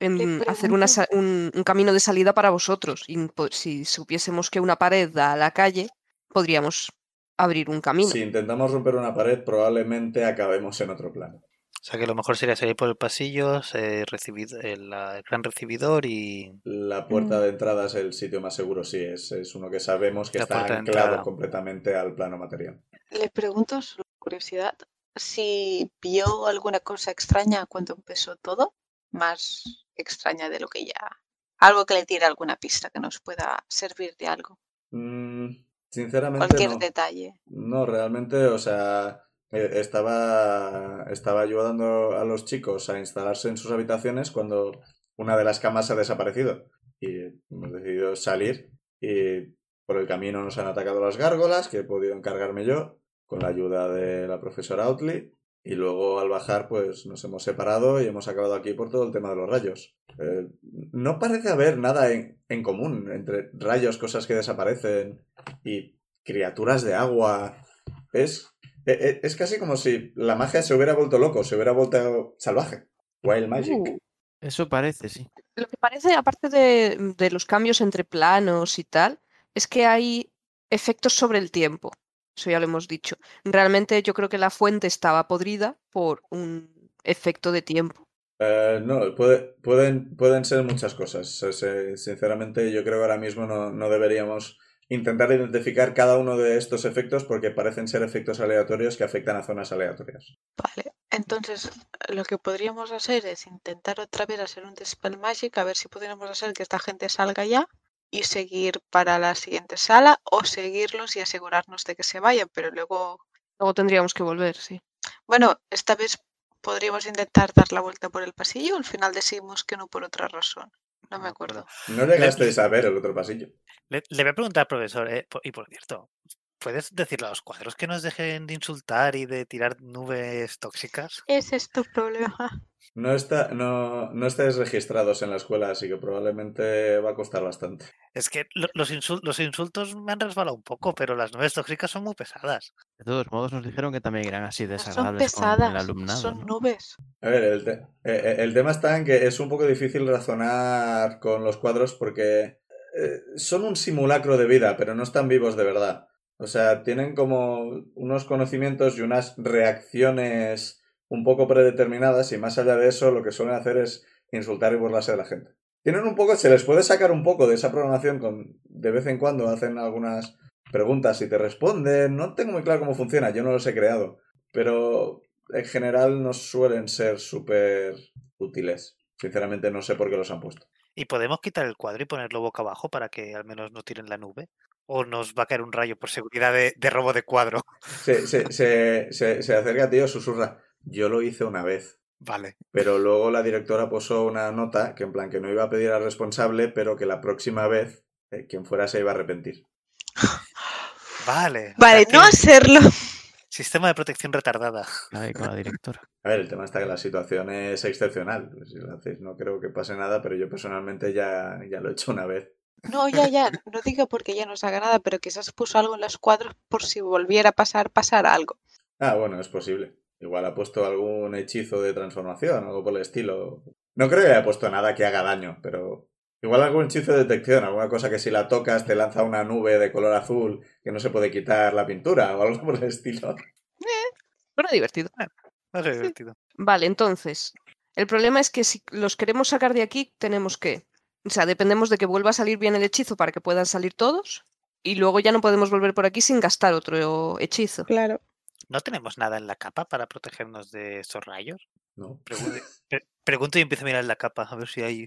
B: Le
E: en hacer una
B: pregunto.
E: sa- un, un camino de salida para vosotros. Y po- si supiésemos que una pared da a la calle, podríamos abrir un camino.
A: Si intentamos romper una pared, probablemente acabemos en otro plano.
C: O sea que lo mejor sería salir por el pasillo, eh, recibid- el, la- el gran recibidor y
A: La
B: Mm.
A: puerta de entrada es el sitio más seguro, sí, es, es uno que sabemos que
C: La
A: está
C: puerta de
A: anclado
C: entrada.
A: completamente al plano material.
B: Le pregunto, solo por curiosidad, si vio alguna cosa extraña cuando empezó todo, más extraña de lo que ya. Algo que le tire alguna pista que nos pueda servir de algo,
A: Mm, sinceramente,
B: cualquier
A: no.
B: detalle.
A: No, realmente, o sea, eh, estaba, estaba ayudando a los chicos a instalarse en sus habitaciones cuando una de las camas ha desaparecido. Y hemos decidido salir y por el camino nos han atacado las gárgolas, que he podido encargarme yo, con la ayuda de la profesora Outley. Y luego al bajar, pues nos hemos separado y hemos acabado aquí por todo el tema de los rayos. Eh, no parece haber nada en- en común entre rayos, cosas que desaparecen y criaturas de agua. Es, e- e- es casi como si la magia se hubiera vuelto loco, se hubiera vuelto salvaje. Wild Magic.
E: Uh,
D: Eso parece, sí.
E: Lo que parece, aparte de, mm, de los cambios entre planos y tal, es que hay efectos sobre el tiempo. Eso ya lo hemos dicho. Realmente yo creo que la fuente estaba podrida por un efecto de tiempo.
A: Eh, no, puede- pueden, pueden ser muchas cosas. O sea, sinceramente, yo creo que ahora mismo no, no deberíamos intentar identificar cada uno de estos efectos porque parecen ser efectos aleatorios que afectan a zonas aleatorias.
B: Vale, entonces lo que podríamos hacer es intentar otra vez hacer un dispel magic, a ver si pudiéramos hacer que esta gente salga ya y seguir para la siguiente sala o seguirlos y asegurarnos de que se vayan, pero luego,
E: Luego tendríamos que volver, sí.
B: bueno, esta vez podríamos intentar dar la vuelta por el pasillo, al final decimos que no por otra razón,
D: Ah,
B: no me
C: No, por la-
B: acuerdo.
A: No llegasteis a ver el otro pasillo.
C: le, le voy a preguntar al profesor, eh, po- y por cierto, ¿puedes decirle a los cuadros que nos dejen de insultar y de tirar nubes tóxicas?
B: Ese es tu problema. Ah,
A: No, está, no, no estáis registrados en la escuela, así que probablemente va a costar bastante.
C: Es que lo- los, insul- los insultos me han resbalado un poco, pero las nubes tóxicas son muy pesadas.
D: De todos modos, nos dijeron que también eran así
B: No son
D: desagradables con el
B: pesadas,
D: alumnado.
B: son
D: ¿no?
B: nubes.
A: A ver, el, te- eh, eh, el tema está en que es un poco difícil razonar con los cuadros porque eh, son un simulacro de vida, pero no están vivos de verdad. O sea, tienen como unos conocimientos y unas reacciones un poco predeterminadas y más allá de eso lo que suelen hacer es insultar y burlarse de la gente. Tienen un poco, se les puede sacar un poco de esa programación con de vez en cuando hacen algunas preguntas y te responden. No tengo muy claro cómo funciona, yo no los he creado. Pero en general no suelen ser súper útiles. Sinceramente no sé por qué los han puesto.
C: ¿Y podemos quitar el cuadro y ponerlo boca abajo para que al menos no tiren la nube? ¿O nos va a caer un rayo por seguridad de, de robo de cuadro?
A: Se, se, se, se, se acerca a ti y os susurra. Yo lo hice una vez,
C: Vale.
A: pero luego la directora puso una nota que en plan que no iba a pedir al responsable, pero que la próxima vez eh, quien fuera se iba a arrepentir.
C: Vale. o sea
B: Vale, no
C: que-
B: hacerlo.
C: Sistema de protección retardada.
D: Ahí con la directora.
A: A ver, el tema está que la situación es excepcional. Pues Si lo hacéis no creo que pase nada, pero yo personalmente ya, ya lo he hecho una vez.
B: No, ya, ya, no digo porque ya no se haga nada, pero quizás puso algo en los cuadros por si volviera a pasar, pasar algo.
A: Ah, bueno, es posible. Igual ha puesto algún hechizo de transformación, algo por el estilo. No creo que haya puesto nada que haga daño, pero Igual algún hechizo de detección, alguna cosa que si la tocas te lanza una nube de color azul que no se puede quitar la pintura o algo por el estilo.
E: Bueno, divertido.
C: Va a ser divertido.
E: Vale, entonces, el problema es que si los queremos sacar de aquí, tenemos que. O sea, dependemos de que vuelva a salir bien el hechizo para que puedan salir todos. Y luego ya no podemos volver por aquí sin gastar otro hechizo.
B: Claro.
C: ¿No tenemos nada en la capa para protegernos de esos rayos?
A: ¿no?
C: Pregunto, pre- pregunto y empiezo a mirar en la capa, a ver si hay.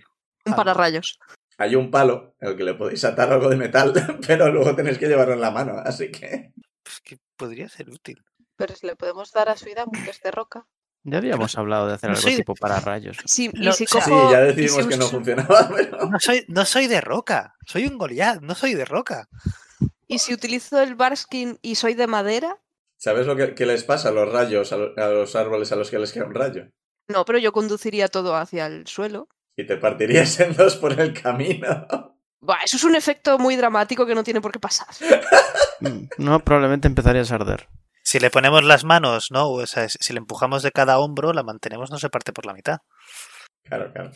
E: Un
C: Ah,
E: pararrayos.
A: Hay un palo en el que le podéis atar algo de metal, pero luego tenéis que llevarlo en la mano, así que...
C: pues, que podría ser útil.
B: Pero si le podemos dar a su vida muchas de roca.
D: Ya habíamos hablado de hacer
C: No
D: algo
C: soy de-
D: tipo para rayos.
E: Sí,
C: No,
E: y
C: sí,
E: si cojo.
A: Sí, ya
E: y
A: decidimos
E: si
A: que no
E: uso-
A: funcionaba, pero...
C: No soy, no soy de roca, soy un Goliath, no soy de roca.
E: Y si utilizo el Barskin y soy de madera.
A: ¿Sabes lo que, que les pasa a los rayos, a, lo- a los árboles a los que les queda un rayo?
E: No, pero yo conduciría todo hacia el suelo.
A: Y te partirías en dos por el camino.
E: Buah, eso es un efecto muy dramático que no tiene por qué pasar.
D: Mm, No, probablemente empezarías a arder.
C: Si le ponemos las manos, ¿no? O sea, si- si le empujamos de cada hombro, la mantenemos, no se parte por la mitad.
A: Claro, claro.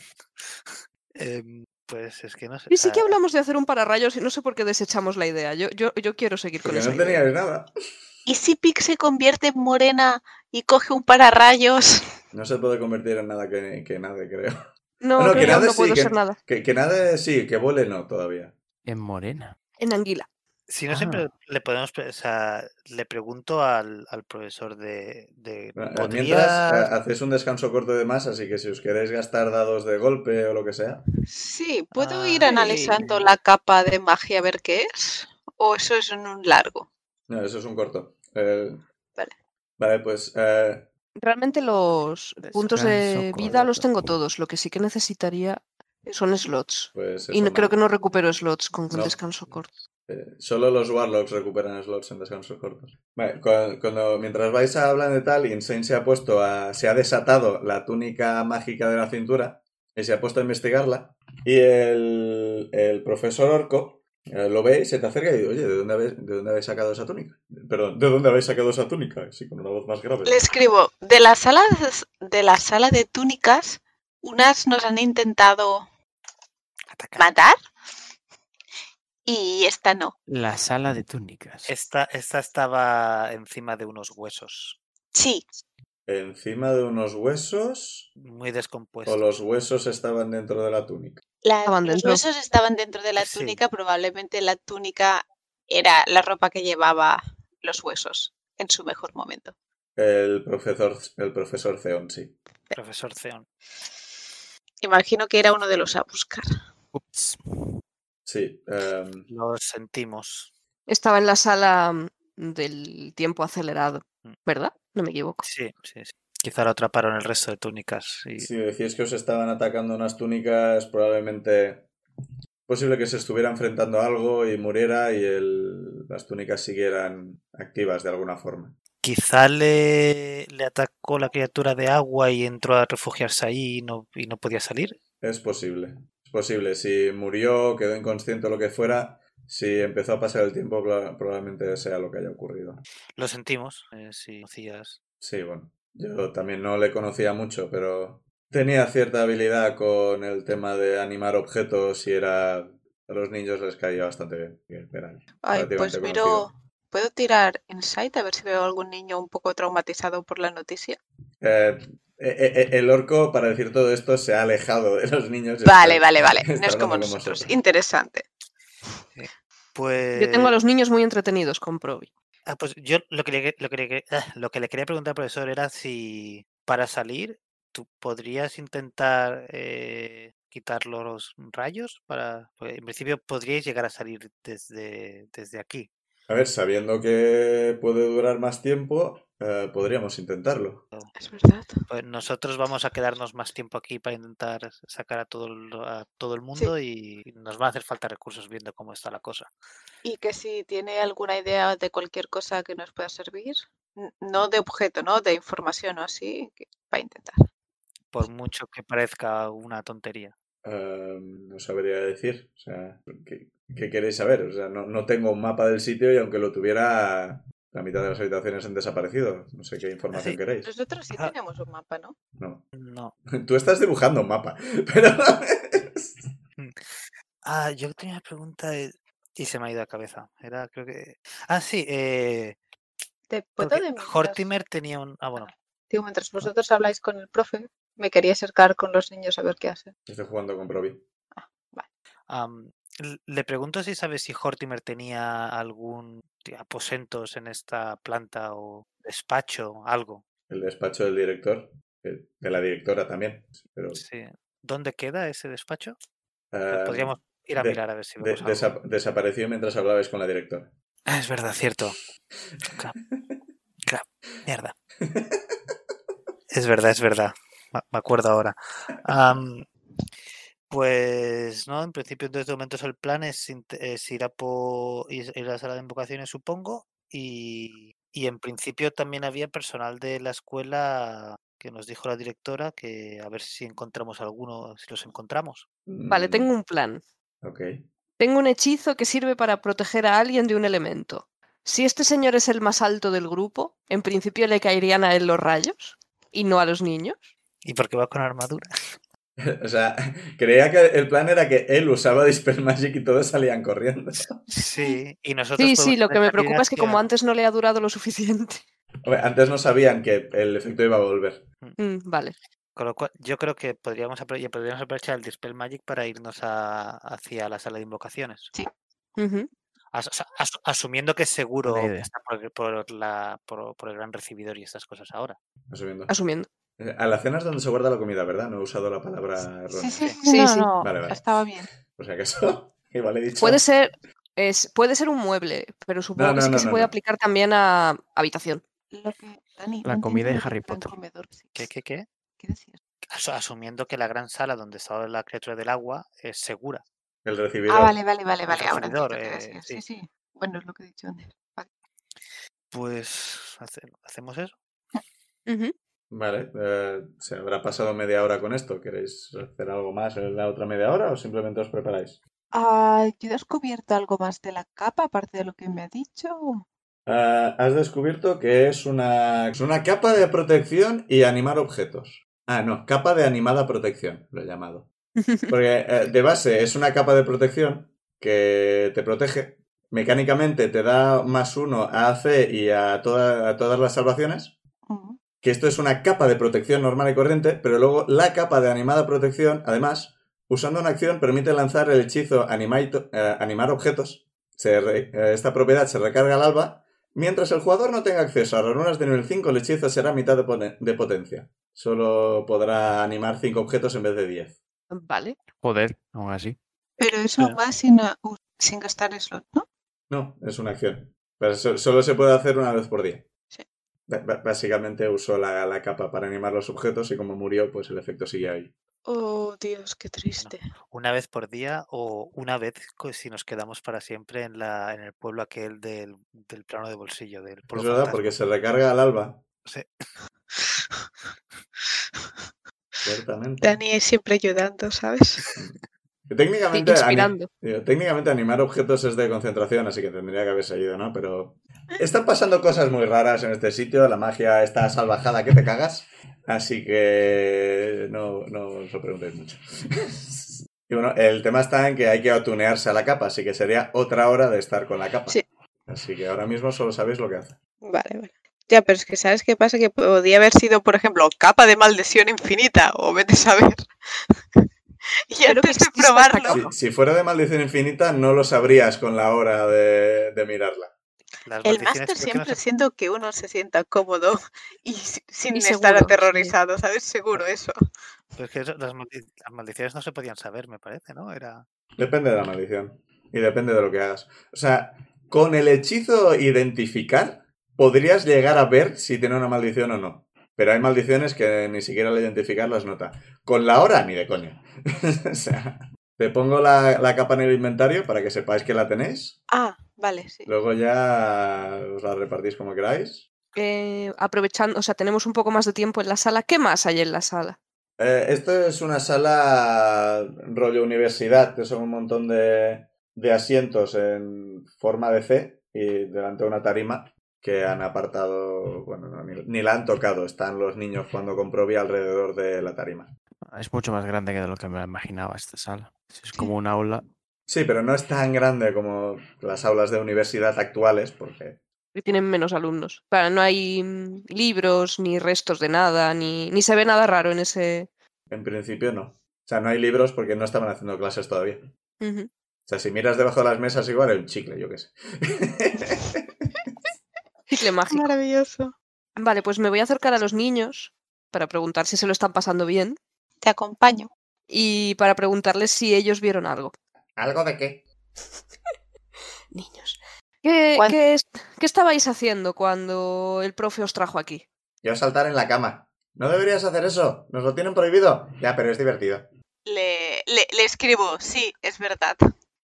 C: Em, pues es que no sé.
E: Y sí que
C: ah,
E: hablamos de hacer un pararrayos y no sé por qué desechamos la idea. Yo, yo, yo quiero seguir con
A: Porque
E: eso.
A: no teníais nada.
B: ¿Y si Pic se convierte en morena y coge un pararrayos?
A: No se puede convertir en nada que, que nada, creo.
E: No,
A: Bueno,
E: creo
A: que
E: que aún
A: nada
E: no
A: sí,
E: puedo
A: que-
E: ser nada.
A: Que, que nada, sí, que vuele no todavía.
D: En morena.
E: En anguila.
C: Si no,
D: Ah.
C: siempre le podemos. pre- O sea, le pregunto al, al profesor de. de
A: Bueno,
C: ¿podrías-
A: Mientras eh, hacéis un descanso corto de más, así que si os queréis gastar dados de golpe o lo que sea,
B: Sí, ¿puedo
C: Ah,
B: ir analizando la capa de magia a ver qué es? ¿O eso es en un largo?
A: no, eso es un corto. Eh,
B: Vale.
A: Vale, pues eh,
E: Realmente los puntos de
D: Descanso
E: vida los
D: corto.
E: tengo todos. Lo que sí que necesitaría son slots.
A: pues
E: Y
A: eso,
E: no, creo que no recupero slots con un
A: No.
E: descanso corto.
A: Eh, solo los Warlocks recuperan slots en descansos cortos. Vale, cu- cuando, mientras vais a hablar de tal, Insane se ha puesto a, se ha desatado la túnica mágica de la cintura y se ha puesto a investigarla. Y el, el profesor Orco eh, lo ve y se te acerca y dice, oye, ¿de dónde, habéis, ¿de dónde habéis sacado esa túnica? Perdón, ¿de dónde habéis sacado esa túnica? Sí, con una voz más grave.
B: Le escribo, de la sala de, de la sala de túnicas, unas nos han intentado
C: atacar?
B: matar y esta no.
D: La sala de túnicas.
C: Esta, esta estaba encima de unos huesos.
B: Sí,
A: Encima de unos huesos
C: Muy descompuesto.
A: o los huesos estaban dentro de la túnica.
B: la-
E: Estaban
B: los
E: dentro.
B: huesos estaban dentro de la
C: Sí.
B: túnica, probablemente la túnica era la ropa que llevaba los huesos en su mejor momento.
A: El profesor, el profesor Zeon, sí.
C: Profesor Zeon.
B: Imagino que era uno de los a buscar.
D: Ups.
A: Sí. em,
C: Lo sentimos.
E: Estaba en la sala mm, del tiempo acelerado, ¿verdad? No me equivoco.
C: Mm. Sí, sí, sí. Quizá lo atraparon el resto de túnicas. Y...
A: Si decís que os estaban atacando unas túnicas, probablemente posible que se estuviera enfrentando a algo y muriera y el- las túnicas siguieran activas de alguna forma.
C: Quizá le, le atacó la criatura de agua y entró a refugiarse ahí y no, y no podía salir.
A: Es posible. Es posible. Si murió, quedó inconsciente o lo que fuera, si empezó a pasar el tiempo, pla- probablemente sea lo que haya ocurrido.
C: Lo sentimos. eh, si conocías-
A: Sí, bueno. Yo también no le conocía mucho, pero tenía cierta habilidad con el tema de animar objetos y era... A los niños les caía bastante bien. Bien, verán.
B: Ay, pues
A: relativamente
B: miro, ¿puedo tirar insight a ver si veo algún niño un poco traumatizado por la noticia?
A: Eh, eh, eh, el orco, para decir todo esto, se ha alejado de los niños. y
B: Vale,
A: está-
B: vale, vale,
A: está
B: no es como
A: hablando con
B: nosotros.
A: vosotros.
B: Interesante.
C: Pues,
E: Yo tengo a los niños muy entretenidos con Provi.
C: ah, pues yo lo que, le, lo, que le- ah, lo que le quería preguntar al profesor era si para salir tú podrías intentar eh, quitar los rayos. para porque En principio podríais llegar a salir desde, desde aquí.
A: A ver, sabiendo que puede durar más tiempo, eh, podríamos intentarlo.
B: Es verdad.
C: Pues nosotros vamos a quedarnos más tiempo aquí para intentar sacar a todo el, a todo el mundo y nos van a hacer falta recursos viendo cómo está la cosa.
B: Y que si tiene alguna idea de cualquier cosa que nos pueda servir, n- no de objeto, ¿no? De información o así, que va a intentar.
C: Por mucho que parezca una tontería.
A: Eh, no sabría decir. O sea, ¿qué, qué queréis saber? O sea, no, no tengo un mapa del sitio y aunque lo tuviera, la mitad de las habitaciones han desaparecido. No sé qué información
C: Sí.
A: queréis.
B: Nosotros sí
C: Ajá.
B: tenemos un mapa, ¿no?
A: No.
C: No.
A: Tú estás dibujando un mapa, pero...
C: Ah, yo tenía una pregunta eh, y se me ha ido la cabeza. Era, creo que. Ah, sí. Eh,
B: Te puedo
C: porque
B: de mientras-
C: Hortimer tenía un. Ah, bueno.
B: digo, mientras vosotros habláis con el profe, me quería acercar con los niños a ver qué hacen.
A: Estoy jugando con Provi.
C: am, l- le pregunto si sabe si Hortimer tenía algún ti- aposentos en esta planta o despacho, algo.
A: El despacho del director. el- De la directora también. Pero,
C: Sí. ¿Dónde queda ese despacho?
A: ah,
C: Podríamos ir a
A: de-
C: mirar a ver si
A: de-
C: vemos algo.
A: desa- desapareció mientras hablabais con la directora.
C: Ah, es verdad, cierto. Crap. Crap. Mierda. Es verdad, es verdad. Me me acuerdo ahora. Am, pues no, en principio en este momento el plan es, int- es ir, a po- ir ir a la sala de invocaciones, supongo, y, y en principio también había personal de la escuela que nos dijo la directora que a ver si encontramos alguno, si los encontramos.
E: Vale,
A: Mm,
E: tengo un plan.
A: Ok.
E: Tengo un hechizo que sirve para proteger a alguien de un elemento. Si este señor es el más alto del grupo, en principio le caerían a él los rayos y no a los niños.
C: ¿Y por qué va con armadura?
A: O sea, creía que el plan era que él usaba Dispel Magic y todos salían corriendo.
C: Sí, y nosotros.
E: Sí, sí,
C: podemos
E: lo que me
C: tener
E: preocupa es que como
C: habilidades
E: antes no le ha durado lo suficiente.
A: Hombre, Antes no sabían que el efecto iba a volver.
E: Mm, vale.
C: Con lo cual, yo creo que podríamos, apro- ya podríamos aprovechar el Dispel Magic para irnos a- hacia la sala de invocaciones.
E: Ujú.
C: As- o sea, asu- asumiendo que es seguro que
D: idea.
C: está por, por la- por- por el gran recibidor y estas cosas ahora.
A: Asumiendo.
E: Asumiendo.
A: Eh, A la cena es donde se guarda la comida, ¿verdad? No he usado la palabra errónea.
B: Sí, sí, sí,
E: Sí,
B: no,
E: sí.
B: no,
A: Vale, vale.
B: estaba bien.
A: Por si acaso. Igual he dicho.
E: Puede ser, es, puede ser un mueble, pero supongo
A: no,
E: que, es que
A: no,
E: se
A: no,
E: puede
A: no.
E: aplicar también a habitación.
B: Lo que, Dani,
D: La
B: no entiendo
D: comida
B: lo
D: y
B: del
D: Harry
B: gran
D: Potter.
B: comedor, sí,
C: ¿Qué,
B: sí,
C: qué, qué?
B: ¿qué decías?
C: Asu- asumiendo que la gran sala donde está la criatura del agua es segura.
A: El recibidor.
B: Ah, vale, vale, vale,
C: El
B: vale. Ahora entiendo
C: recibidor,
B: qué
C: eh,
B: decías. Sí, sí. Bueno, es lo que he dicho antes. Vale.
C: Pues hace- hacemos eso.
E: Ujú.
A: Vale, eh, se habrá pasado media hora con esto. ¿Queréis hacer algo más en la otra media hora o simplemente os preparáis?
B: Ah, ¿Yo he descubierto algo más de la capa, aparte de lo que me ha dicho?
A: Ah, has descubierto que es una, es una capa de protección y animar objetos. Ah, no, capa de animada protección, lo he llamado. Porque eh, de base es una capa de protección que te protege. Mecánicamente te da más uno a AC y a, toda- a todas las salvaciones.
B: Mm,
A: que esto es una capa de protección normal y corriente, pero luego la capa de animada protección, además, usando una acción permite lanzar el hechizo animaito- eh, animar objetos. Se re- eh, esta propiedad se recarga al alba. Mientras el jugador no tenga acceso a runas de nivel 5, el hechizo será mitad de, pone- de potencia. Solo podrá animar 5 objetos en vez de 10.
E: Vale.
D: Joder, aún así.
B: Pero eso
C: Claro.
B: más sin, a- u- sin gastar slot, ¿no?
A: No, es una acción. Pero so- solo se puede hacer una vez por día.
B: Sí.
A: Ba- ba- Básicamente usó la, la capa para animar los objetos y como murió, pues el efecto sigue ahí.
B: Oh, Dios, qué triste.
C: Una vez por día o una vez co- si nos quedamos para siempre en, la, en el pueblo aquel del, del plano de bolsillo. Del
A: Es
C: pueblo
A: verdad,
C: fantasma.
A: porque se recarga al alba.
C: Sí.
A: Ciertamente.
B: Dani es siempre ayudando, ¿sabes?
A: Que técnicamente, ani-
E: Inspirando.
A: digo, técnicamente animar objetos es de concentración, así que tendría que haber salido, ¿no? Pero están pasando cosas muy raras en este sitio. La magia está salvajada que te cagas. Así que no, no os lo preguntéis mucho. Y bueno, el tema está en que hay que atunearse a la capa, así que sería otra hora de estar con la capa.
B: Sí.
A: Así que ahora mismo solo sabéis lo que hace.
B: Vale, vale. Ya, pero es que ¿sabes qué pasa? Que podía haber sido, por ejemplo, capa de maldición infinita, o vete a saber. y
E: Creo que
B: antes de
E: existe esta
B: probarlo,
E: capa.
A: Si, si fuera de maldición infinita, no lo sabrías con la hora de, de mirarla.
C: Las
B: El
C: maldiciones
B: máster
C: este creo que no
B: siempre
C: se-
B: siendo que uno se sienta cómodo y si- sin
E: Y
B: estar
E: seguro, sí.
B: aterrorizado, ¿sabes? Seguro eso.
C: Pero es que eso- las, maldi- las maldiciones no se podían saber, me parece, ¿no? Era.
A: Depende de la maldición. Y depende de lo que hagas. O sea, con el hechizo identificar, podrías llegar a ver si tiene una maldición o no. Pero hay maldiciones que ni siquiera al identificar las nota. Con la hora, ni de coña. o sea, te pongo la, la capa en el inventario para que sepáis que la tenéis.
B: Ah, vale, sí.
A: Luego ya os la repartís como queráis.
E: Eh, aprovechando, o sea, tenemos un poco más de tiempo en la sala. ¿Qué más hay en la sala?
A: Eh, esto es una sala rollo universidad, que son un montón de, de asientos en forma de C y delante de una tarima que han apartado, bueno, no, ni, ni la han tocado, están los niños jugando con Provi alrededor de la tarima.
D: este Es mucho más grande que de lo que me imaginaba esta sala. Es como un aula
A: Sí, pero no es tan grande como las aulas de universidad actuales, porque
E: que tienen menos alumnos. Claro, no hay mm, libros, ni restos de nada, ni, ni se ve nada raro en ese.
A: en principio no. O sea, no hay libros porque no estaban haciendo clases todavía. O
E: Ujú.
A: sea, si miras debajo de las mesas, igual hay un chicle, yo qué sé.
E: Chicle mágico.
B: Maravilloso.
E: Vale, pues me voy a acercar a los niños para preguntar si se lo están pasando bien
B: Te acompaño.
E: y para preguntarles si ellos vieron algo.
A: ¿Algo de qué?
E: Niños. ¿Qué,
B: ¿Cuán-
E: qué es- qué estabais haciendo cuando el profe os trajo aquí?
A: Yo saltar en la cama. No deberías hacer eso, nos lo tienen prohibido. Ya, pero es divertido.
B: Le, le, le escribo, sí, es verdad.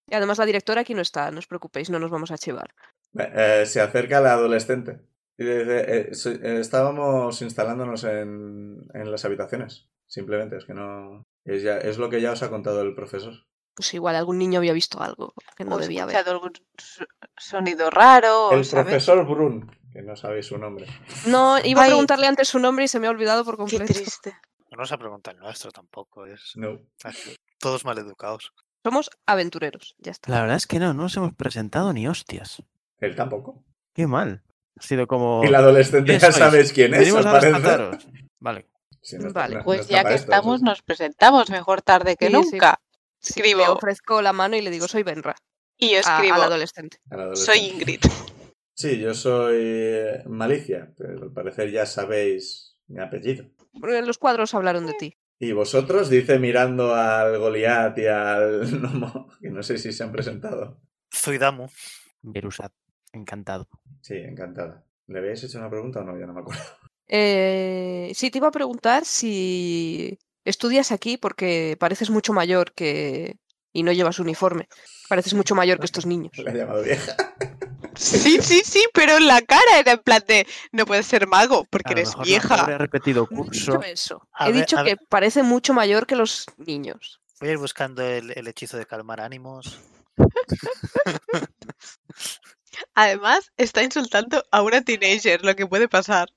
E: Y además la directora aquí no está, no os preocupéis, no nos vamos a chivar.
A: Eh, eh, se acerca la adolescente. Y le dice, eh, so- eh, estábamos instalándonos en, en las habitaciones. Simplemente, es que no... Es, ya- es lo que ya os ha contado el profesor.
E: Pues igual algún niño había visto algo que no
B: o he
E: debía
B: escuchado
E: haber.
B: algún so- sonido raro.
A: el
B: Oh, ¿sabes?
A: profesor Brun, que no sabéis su nombre.
E: No, iba a
B: Ay.
E: preguntarle antes su nombre y se me ha olvidado por
B: Qué
E: completo.
B: triste.
C: No nos ha preguntado el nuestro tampoco. Es
A: No.
C: así, todos maleducados.
E: Somos aventureros, ya está.
D: La verdad es que no, no nos hemos presentado ni hostias.
A: Él tampoco.
D: Qué mal. Ha sido como.
A: Y la adolescente
D: ¿Quién
A: ya
D: sois?
A: sabes quién es,
D: Oh, Venimos
A: al
D: a
A: parecer.
D: rescataros. Vale.
A: Sí, no
E: Vale,
A: no- no
B: Pues
A: está
B: ya
A: para
B: que
A: esto,
B: estamos,
A: sí.
B: nos presentamos mejor tarde que
E: Sí, sí.
B: nunca.
E: Sí, Le
B: Escribo.
E: ofrezco la mano y le digo, soy Benra,
B: Y yo
E: a- al
B: escribo,
E: adolescente.
A: Al adolescente.
B: soy Ingrid.
A: Sí, yo soy eh, Malicia, pero al parecer ya sabéis mi apellido.
E: Bueno, en los cuadros hablaron
B: Mm.
E: de ti.
A: Y vosotros, dice mirando al Goliat y al Gnomo, que no sé si se han presentado.
C: Zuidamu.
D: Verusat. Encantado.
A: Sí, encantada. ¿Le habéis hecho una pregunta o no? Ya no me acuerdo.
E: Eh, sí, te iba a preguntar si estudias aquí porque pareces mucho mayor que... y no llevas uniforme. Pareces mucho mayor que estos niños.
A: La he llamado vieja.
B: Sí, sí, sí, pero en la cara era en plan de, no puedes ser mago porque
D: A lo
B: eres
D: mejor no,
B: vieja.
D: habré repetido
E: No he
D: curso.
E: dicho eso.
C: A
E: He
C: ver,
E: dicho
C: a
E: que
C: ver.
E: parece mucho mayor que los niños.
C: Voy a ir buscando el, el hechizo de calmar ánimos.
B: Además, está insultando a una teenager, lo que puede pasar.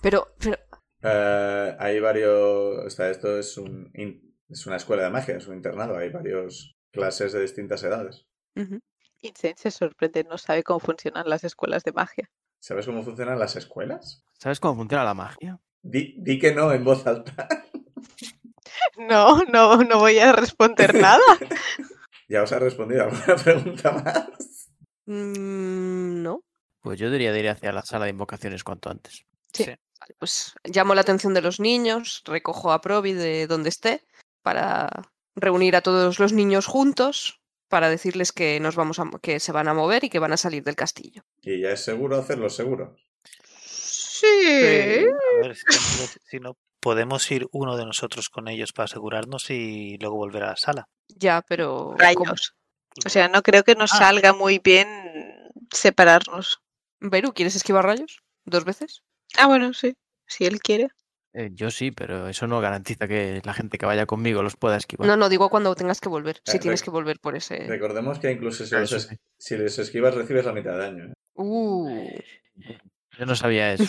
E: Pero, pero
A: Eh, hay varios. O sea, esto es, un in- es una escuela de magia, es un internado. Hay varios clases de distintas edades.
E: ujú.
B: Insane se sorprende, no sabe cómo funcionan las escuelas de magia.
A: ¿Sabes cómo funcionan las escuelas?
D: ¿Sabes cómo funciona la magia?
A: Di, di que no en voz alta.
B: No, no, no voy a responder nada.
A: ya os ha respondido alguna pregunta más.
E: Mm, no.
D: Pues yo diría de ir hacia la sala de invocaciones cuanto antes.
E: Vale, pues llamo la atención de los niños, recojo a Provi de donde esté para reunir a todos los niños juntos para decirles que nos vamos a, mo- que se van a mover y que van a salir del castillo.
A: Y ya es seguro hacerlo, seguro.
B: Sí.
C: A ver, si tenemos- si no, podemos ir uno de nosotros con ellos para asegurarnos y luego volver a la sala.
E: Ya, pero como-
B: Rayos. O sea, no creo que nos
C: Ah.
B: salga muy bien separarnos.
E: Beru, ¿quieres esquivar rayos? ¿Dos veces?
B: Ah, bueno, sí. Si él quiere.
D: Eh, yo sí, pero eso no garantiza que la gente que vaya conmigo los pueda esquivar.
E: No, no, digo cuando tengas que volver, si
A: Eh,
E: tienes
A: rec-
E: que volver por ese...
A: Recordemos que incluso si
D: Ah,
A: los,
D: eso
A: es-
D: sí.
A: si les esquivas recibes la mitad de daño. ¿eh?
E: Uh,
D: Yo no sabía eso.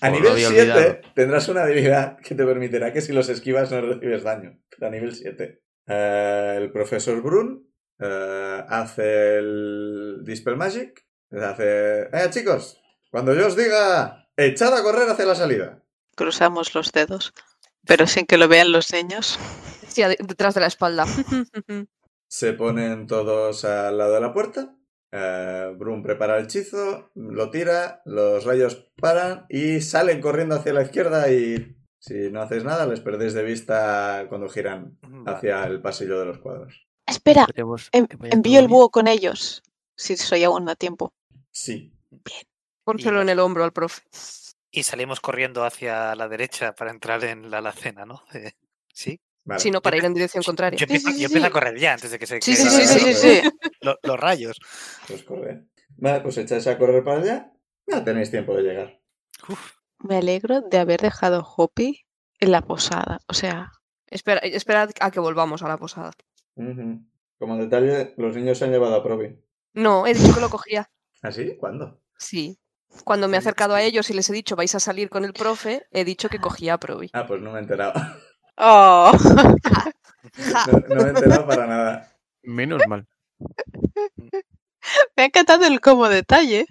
A: A
D: Pues lo
A: nivel
D: había
A: 7
D: olvidado.
A: tendrás una habilidad que te permitirá que si los esquivas no recibes daño. Pero a nivel 7. el profesor Brun eh, hace el Dispel Magic. Hace... ¡Eh, chicos! Cuando yo os diga, echad a correr hacia la salida.
B: Cruzamos los dedos. Pero sin que lo vean los niños.
E: sí, ade- detrás de la espalda.
A: Se ponen todos al lado de la puerta. Eh, Brun prepara el hechizo, lo tira, los rayos paran y salen corriendo hacia la izquierda y si no hacéis nada les perdéis de vista cuando giran
C: Mm, Vale.
A: hacia el pasillo de los cuadros.
B: Espera,
D: Esperemos
B: en-
D: que vaya
B: envío el
D: todo bien.
B: búho con ellos. Si soy aún a tiempo.
A: Sí.
E: Pónselo en el hombro al profe.
C: Y salimos corriendo hacia la derecha para entrar en la alacena, ¿no? Eh, sí.
A: Vale.
E: Si no, para ir en dirección
C: Yo-
E: contraria.
C: Yo, empiezo,
B: sí, sí,
C: yo empiezo a
B: sí.
C: correr ya antes de que se
E: Sí,
C: que
E: sí,
A: Vale,
E: sí,
A: vale,
E: sí, sí,
A: vale.
E: sí.
C: lo- los rayos.
A: Pues corre. Vale, pues echáis a correr para allá. No tenéis tiempo de llegar.
C: Uf,
B: Me alegro de haber dejado a Hopi en la posada. O sea,
E: Espera, eh, esperad a que volvamos a la posada.
A: Ujú. Como detalle, los niños se han llevado a Provi.
E: No, he dicho que lo cogía.
A: ¿Ah, sí? ¿Cuándo?
E: Sí. Cuando me he
C: Sí,
E: acercado a
C: sí.
E: ellos y les he dicho vais a salir con el profe, he dicho que cogía a Provi.
A: Ah, pues no me he enterado.
B: Oh,
A: No, no me he enterado para nada.
D: Menos mal.
B: Me ha encantado el como detalle.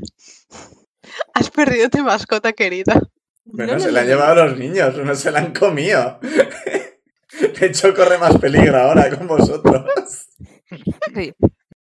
B: Has perdido tu mascota querida.
A: Bueno,
E: No
A: se
E: nos
A: la han
E: lo-
A: llevado los niños, no se la han comido. De hecho, corre más peligro ahora con vosotros.
E: Sí.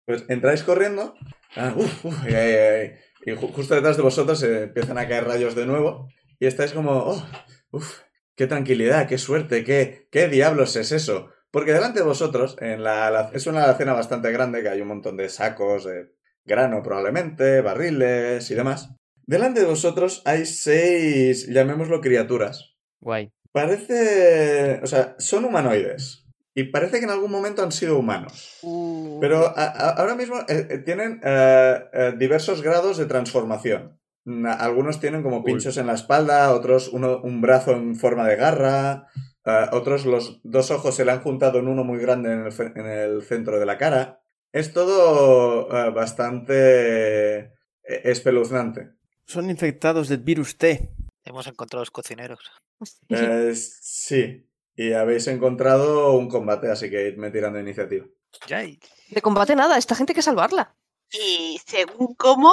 A: Pues entráis corriendo. Ah, uf, uf, ay, ay, ay. Y ju- justo detrás de vosotros eh, empiezan a caer rayos de nuevo. Y estáis como, oh, uf, qué tranquilidad, qué suerte, qué, qué diablos es eso. Porque delante de vosotros, en la, ala- es una alacena bastante grande que hay un montón de sacos, de grano probablemente, barriles y demás. Delante de vosotros hay seis, llamémoslo criaturas.
D: Guay.
A: Parece. O sea, son humanoides. Y parece que en algún momento han sido humanos.
E: Uh,
A: Pero a- a- ahora mismo eh, eh, tienen eh, eh, diversos grados de transformación. Mm, Algunos tienen como
D: Cool.
A: pinchos en la espalda, otros uno- un brazo en forma de garra, eh, otros los dos ojos se le han juntado en uno muy grande en el, fe- en el centro de la cara. Es todo eh, bastante eh, espeluznante.
D: Son infectados del virus T.
C: Hemos encontrado los cocineros.
A: Eh, sí. Y habéis encontrado un combate, así que idme tirando iniciativa.
C: Yay.
E: De combate nada, esta gente hay que salvarla.
B: Y según cómo,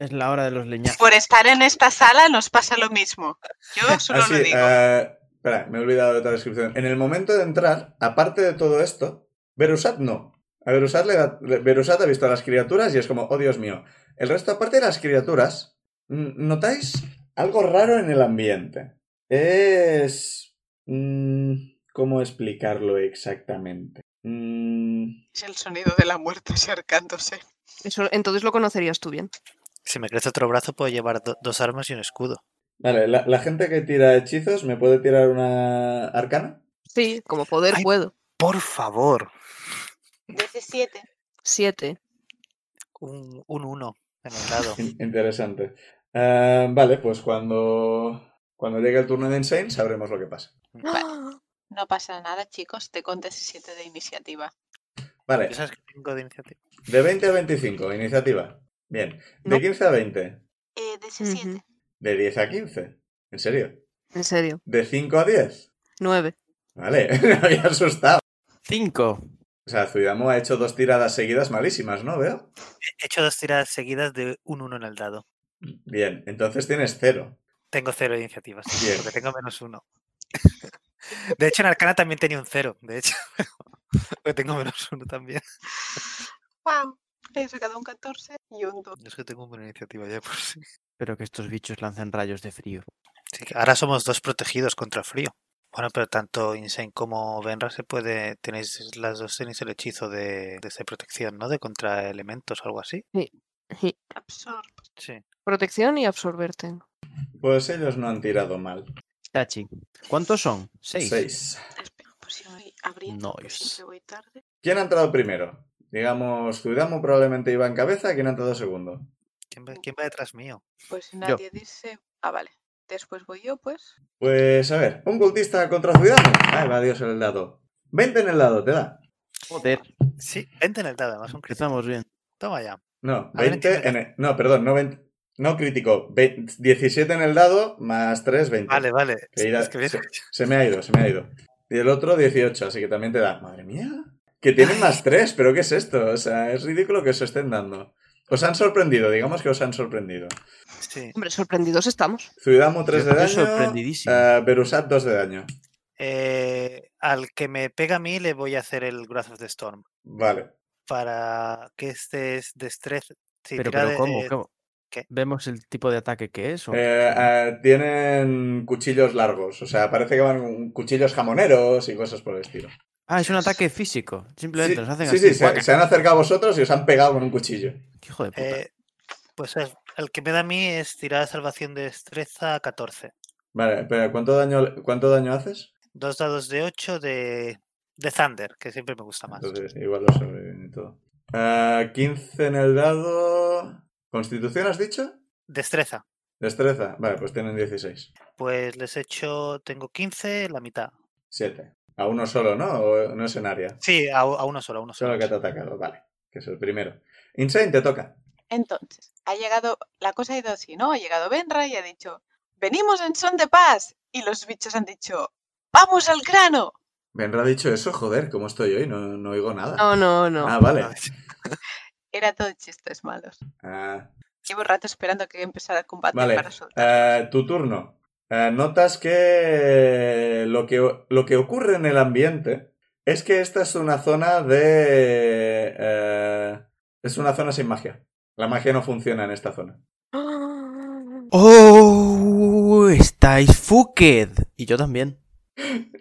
D: Es la hora de los leñazos.
B: por estar en esta sala nos pasa lo mismo. Yo solo
A: Ah, sí,
B: lo digo.
A: eh, espera, me he olvidado de otra descripción. En el momento de entrar, aparte de todo esto, Berusat no. A Berusat, le da- le- Berusat ha visto a las criaturas y es como, oh Dios mío. El resto, aparte de las criaturas, mm, notáis algo raro en el ambiente. Es... mm, ¿Cómo explicarlo exactamente? Mm,
B: Es el sonido de la muerte acercándose.
E: Eso, entonces lo conocerías tú bien.
C: Si me crece otro brazo, puedo llevar do- dos armas y un escudo.
A: Vale, la, la gente que tira hechizos, ¿me puede tirar una arcana?
E: Sí, como poder
C: Ay.
E: puedo.
C: Por favor,
B: 17.
E: Siete.
C: un, un uno en el lado.
A: In- Interesante. Eh, vale, pues cuando, cuando llegue el turno de Insane sabremos lo que pasa.
B: No pasa nada, chicos. Te con 17 de iniciativa.
A: Vale,
C: Yo sabes que tengo de iniciativa.
A: de 20 a 25, iniciativa. Bien. De
E: No.
A: 15 a 20.
B: Eh, 17.
E: Ujú.
A: De 10 a 15. ¿En serio?
E: En serio.
A: De 5 a 10.
E: Nueve.
A: Vale, me había asustado.
D: Cinco.
A: O sea, Zuidamo ha hecho dos tiradas seguidas malísimas, ¿no? Veo.
C: He hecho dos tiradas seguidas de un uno en el dado.
A: Bien, entonces tienes cero.
C: Tengo cero de iniciativas,
A: Bien.
C: porque tengo menos uno. De hecho, en Arcana también tenía un cero, de hecho. Porque tengo menos uno también.
B: Wow. He sacado un 14 y un 2.
C: Es que tengo buena iniciativa ya por sí.
D: Pero que estos bichos lanzan rayos de frío.
C: Sí, que ahora somos dos protegidos contra frío. Bueno, pero tanto Insane como Benra se puede. Tenéis las dos tenéis el hechizo de, de esa protección, ¿no? De contra elementos o algo así.
B: Absorb.
C: Sí.
E: Protección y absorberte.
A: Pues ellos no han tirado mal.
D: Tachi. ¿Cuántos son? Seis.
A: 6.
B: Espera, pues si voy abriendo, pues
D: Nice.
B: siempre voy tarde.
A: ¿Quién ha entrado primero? Digamos, Zuidamo probablemente iba en cabeza. ¿Quién ha entrado segundo?
C: ¿Quién va, quién va detrás mío?
B: Pues si nadie dice... Ah, vale. Después voy yo, pues.
A: Pues a ver, un cultista contra Zuidamo. Ay, va Dios en el dado. 20 en el dado, te da.
D: Joder.
C: Sí, 20 en el dado, además un crítico.
D: Empezamos bien.
C: Toma ya.
A: No,
C: A ver,
A: 20 en
C: entiende.
A: el... No, perdón, no 20. No crítico. Ve- 17 en el dado más 3, 20.
C: Vale, vale.
A: Que irá-
C: Es que bien.
A: se, se me ha ido, se me ha ido. Y el otro 18, así que también te da. Madre mía. Que tienen más 3, pero ¿qué es esto? O sea, es ridículo que os estén dando. Os han sorprendido, digamos que os han sorprendido.
C: Sí.
E: Hombre, sorprendidos estamos.
A: Zuidamo 3
D: Yo
A: de
D: estoy
A: daño.
D: sorprendidísimo.
A: eh, Berusat 2 de daño.
C: Eh, al que me pega a mí le voy a hacer el Wrath of the Storm.
A: Vale.
C: Para que este es destreza. Sí,
D: pero,
C: tira
D: pero
C: de-
D: ¿cómo?
C: eh,
D: ¿Cómo?
C: ¿qué?
D: ¿Vemos el tipo de ataque que es? o-
A: Eh, eh, tienen cuchillos largos, o sea, parece que van con cuchillos jamoneros y cosas por el estilo.
D: Ah, es un ataque físico. Simplemente
A: sí,
D: los hacen
A: sí,
D: así.
A: sí, se,
D: guaca.
A: se han acercado a vosotros y os han pegado con un cuchillo.
D: Qué Hijo de puta.
C: eh, pues el, el que me da a mí es tirada de salvación de destreza 14.
A: Vale, pero ¿cuánto daño, cuánto daño haces?
C: Dos dados de 8 de, de Thunder, que siempre me gusta más.
A: Entonces, igual lo sobreviven y todo. Eh, 15 en el dado. ¿Constitución has dicho?
C: Destreza.
A: Destreza. Vale, pues tienen 16.
C: Pues les echo, tengo 15, la mitad.
A: 7. A uno solo, ¿no? O no es en área.
C: Sí, a, a uno solo, a uno
A: Solo
C: solo.
A: el que te ha atacado, vale. Que es el primero. Insane, te toca.
B: Entonces, ha llegado, la cosa ha ido así, ¿no? Ha llegado Benra y ha dicho, venimos en son de paz. Y los bichos han dicho, vamos al grano.
A: Benra ha dicho eso, joder, ¿cómo estoy hoy? No, no oigo nada.
E: No, no, no.
A: Ah, vale.
B: Era todo chistes malos.
A: Ah,
B: Llevo rato esperando que empezara el combate
A: Vale.
B: para soltar.
A: ah, tu turno. Ah, notas que lo, que lo que ocurre en el ambiente es que esta es una zona de... eh, es una zona sin magia. La magia no funciona en esta zona.
D: ¡Oh! Estáis fucked. Y yo también.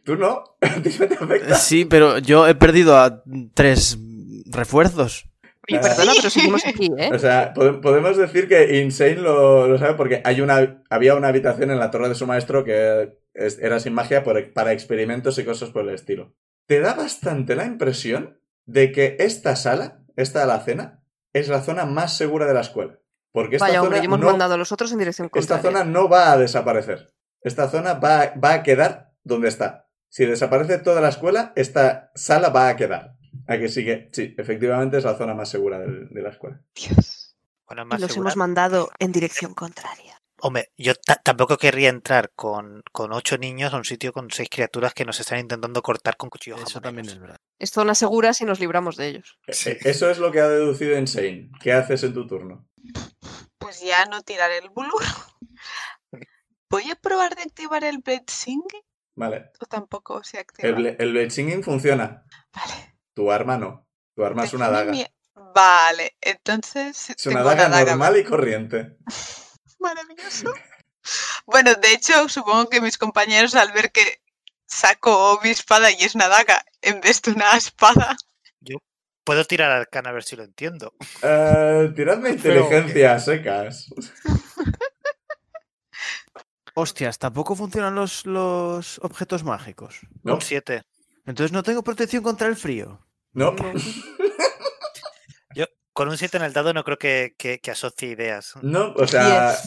A: ¿Tú no? ¿A ti no te afecta?
D: Sí, pero yo he perdido a tres refuerzos.
A: ah.
E: Y perdona, pero seguimos aquí,
A: O
E: ¿eh?
A: sea, pode- podemos decir que Insane lo, lo sabe porque hay una, había una habitación en la torre de su maestro que es- era sin magia por- para experimentos y cosas por el estilo. Te da bastante la impresión de que esta sala, esta alacena, es la zona más segura de la escuela. Porque esta,
E: Vaya,
A: zona,
E: hombre, ya hemos
A: no,
E: mandado a los otros en dirección
A: esta
E: contraria.
A: zona no va a desaparecer. Esta zona va, a- va a quedar donde está. Si desaparece toda la escuela, esta sala va a quedar. Aquí sí que, sí, efectivamente es la zona más segura del- de la escuela.
B: Dios.
C: Bueno, es
E: Y
C: más
E: los
C: segura.
E: hemos mandado en dirección contraria.
C: Hombre, yo ta- tampoco querría entrar con, con ocho niños a un sitio con seis criaturas que nos están intentando cortar con cuchillos
D: Eso también
C: jamoneros.
D: es verdad.
E: Es zona segura si nos libramos de ellos.
C: Sí.
A: Eh, Eso es lo que ha deducido Insane. ¿Qué haces en tu turno?
B: Pues ya no tirar el blur. Voy a probar de activar el Blade Singing
A: Vale.
B: o tampoco se activa.
A: El, ble- el Blade Singing funciona.
B: Vale.
A: Tu arma no. Tu arma es una
B: Define
A: daga.
B: mi- Vale, entonces
A: Es una
B: tengo
A: daga
B: una daga
A: normal y corriente.
B: Maravilloso. Bueno, de hecho, supongo que mis compañeros al ver que saco mi espada y es una daga en vez de una espada,
C: Puedo tirar al can a ver si lo entiendo.
A: Eh, tiradme inteligencia a secas.
D: Hostias, tampoco funcionan los, los objetos mágicos.
A: No,
C: Un 7.
D: Entonces no tengo protección contra el frío.
A: no.
C: Con un 7 en el dado no creo que, que- que asocie ideas.
A: No, o sea.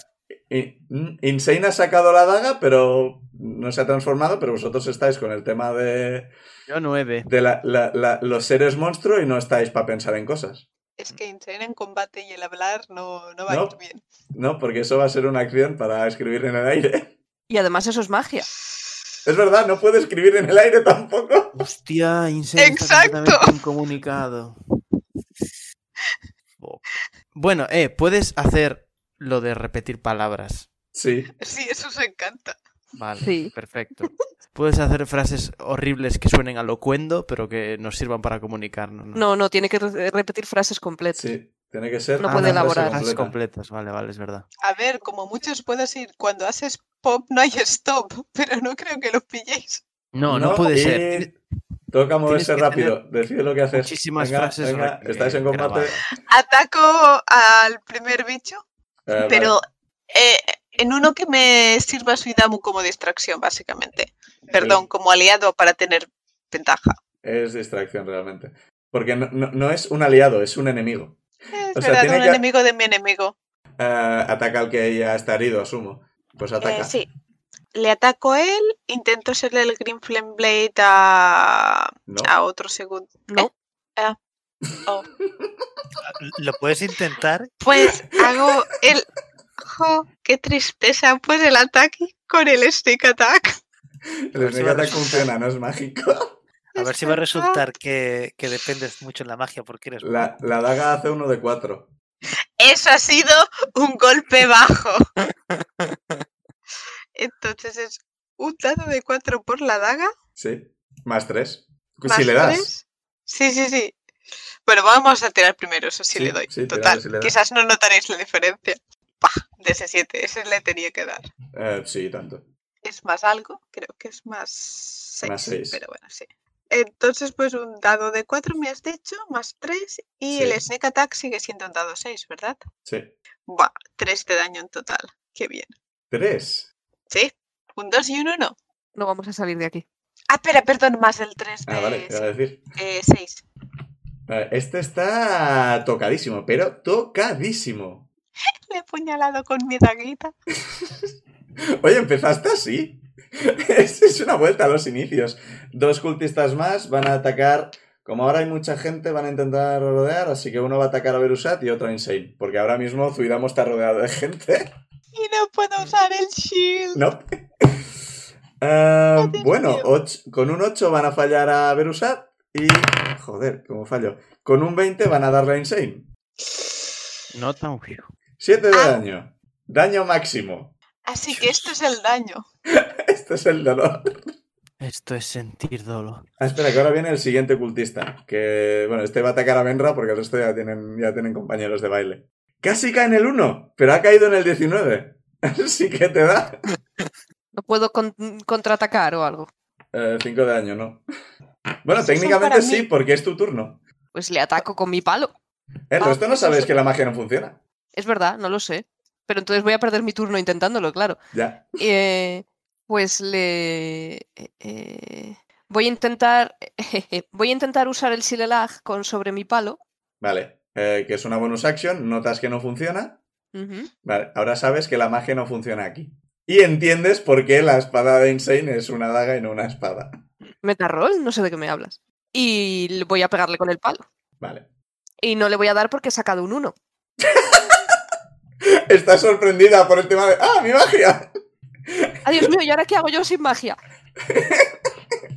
A: I- In- Insane ha sacado la daga, pero no se ha transformado. Pero vosotros estáis con el tema de,
D: Yo nueve.
A: de la- la- la- los seres monstruo y no estáis para pensar en cosas.
B: es que entrar en combate y el hablar no, no va
A: No.
B: a ir bien.
A: No, porque eso va a ser una acción para escribir en el aire.
E: Y además eso es magia.
A: Es verdad, no puedo escribir en el aire tampoco.
D: Hostia, Insane está
B: Exacto.
D: completamente incomunicado. Bo- Bueno, eh, puedes hacer lo de repetir palabras.
A: Sí.
B: Sí, eso se encanta.
D: Vale,
E: Sí.
D: perfecto. Puedes hacer frases horribles que suenen a locuendo, pero que nos sirvan para comunicarnos.
E: No, no, tiene que re- eh, repetir frases completas.
A: Sí, tiene que ser.
E: No
A: una
E: puede
A: frase
E: elaborar.
D: Ah, Frases
A: completa.
D: completas, vale, vale, es verdad.
B: A ver, como muchos puedo decir, cuando haces pop no hay stop, pero no creo que lo pilléis.
D: No, no, puede
A: y
D: ser. Tienes
A: Toca moverse
D: que tener
A: rápido. Decide lo que haces.
D: Muchísimas
A: Venga,
D: frases.
A: venga,
D: re-
A: estáis en
D: eh,
A: combate.
D: grabadas.
B: Ataco al primer bicho,
A: Eh, vale.
B: pero eh, en uno que me sirva Suidamu como distracción, básicamente. Perdón, como aliado para tener ventaja.
A: Es distracción realmente. Porque no, no- no es un aliado, es un enemigo.
B: Es
A: O sea,
B: verdad,
A: tiene
B: un
A: que-
B: enemigo de mi enemigo.
A: Eh, ataca al que ya está herido, asumo. Pues
B: Eh,
A: ataca.
B: sí. Le ataco a él, intento hacerle el Green Flame Blade a,
A: No.
B: a otro segundo.
E: No.
C: Lo puedes intentar.
B: Pues hago el. ¡Jo! ¡Qué tristeza! Pues el ataque con el Stick Attack.
C: a ver
A: El
C: si va a
A: enemigo
C: resultar.
A: funciona, no es mágico.
C: A ver si va a resultar que, que dependes mucho en la magia porque eres.
A: La, la daga hace uno de cuatro.
B: Eso ha sido un golpe bajo. Entonces es un dado de 4 por la daga.
A: Sí. Más tres.
B: más
A: si Pues le das.
B: tres. Sí, sí, sí. Bueno, vamos a tirar primero, eso sí,
A: Sí,
B: le doy.
A: sí, tirando
B: Total,
A: si le das.
B: quizás no notaréis la diferencia. Pah, de ese 7, ese le tenía que dar.
A: Eh, sí, tanto.
B: Es más algo, creo que es más 6.
A: Más seis.
B: Pero bueno, sí. Entonces, pues un dado de 4 me has dicho, más 3, y
A: Sí.
B: el sneak attack sigue siendo un dado 6, ¿verdad?
A: Sí.
B: Buah, 3 de daño en total. Qué bien.
A: Tres.
B: Sí, un 2 y un 1.
E: No vamos a salir de aquí.
B: Ah, espera, perdón, más el 3
A: Ah, vale, iba a
B: de
A: decir.
B: 6.
A: Eh, Este está tocadísimo, pero tocadísimo.
B: Le he puñalado con mi daguita.
A: Oye, empezaste así. Es, es una vuelta a los inicios. Dos cultistas más van a atacar. Como ahora hay mucha gente, van a intentar rodear, así que uno va a atacar a Berusat y otro a Insane. Porque ahora mismo Zuidamo está rodeado de gente.
B: Y no puedo usar el shield.
A: No. Ah,
B: Dios
A: bueno,
B: mío.
A: och- con un 8 van a fallar a Berusat y. Joder, cómo fallo. Con un 20 van a darle a Insane.
D: No tan fijo.
A: 7 de
B: Ah.
A: daño. Daño máximo.
B: Así que esto es el daño.
A: Este es el dolor.
D: Esto es sentir dolor.
A: Ah, espera, que ahora viene el siguiente cultista. Que, bueno, este va a atacar a Benra porque el resto ya tienen, ya tienen compañeros de baile. Casi cae en el 1, pero ha caído en el 19. Así que te da
E: No puedo con- contraatacar o algo.
A: 5 Eh, de daño, ¿no? Bueno,
B: Esos son
A: técnicamente
B: para
A: sí,
B: mí.
A: porque es tu turno.
E: Pues le ataco con mi palo.
A: El
B: Ah,
A: resto no
B: esos
A: sabéis
B: son-
A: que la magia no funciona.
E: Es verdad, no lo sé. Pero entonces voy a perder mi turno intentándolo, claro.
A: Ya.
E: Eh, pues le. eh, eh, voy a intentar. voy a intentar usar el Silelag con sobre mi palo.
A: Vale. Eh, que es una bonus action, notas que no funciona.
E: Ujú.
A: Vale, ahora sabes que la magia no funciona aquí. Y entiendes por qué la espada de Insane es una daga y no una espada.
E: Metarroll, no sé de qué me hablas. Y le voy a pegarle con el palo.
A: Vale.
E: Y no le voy a dar porque he sacado un 1.
A: Estás sorprendida por el tema de. ¡Ah, mi magia!
E: Adiós Ah, mío, ¿y ahora qué hago yo sin magia?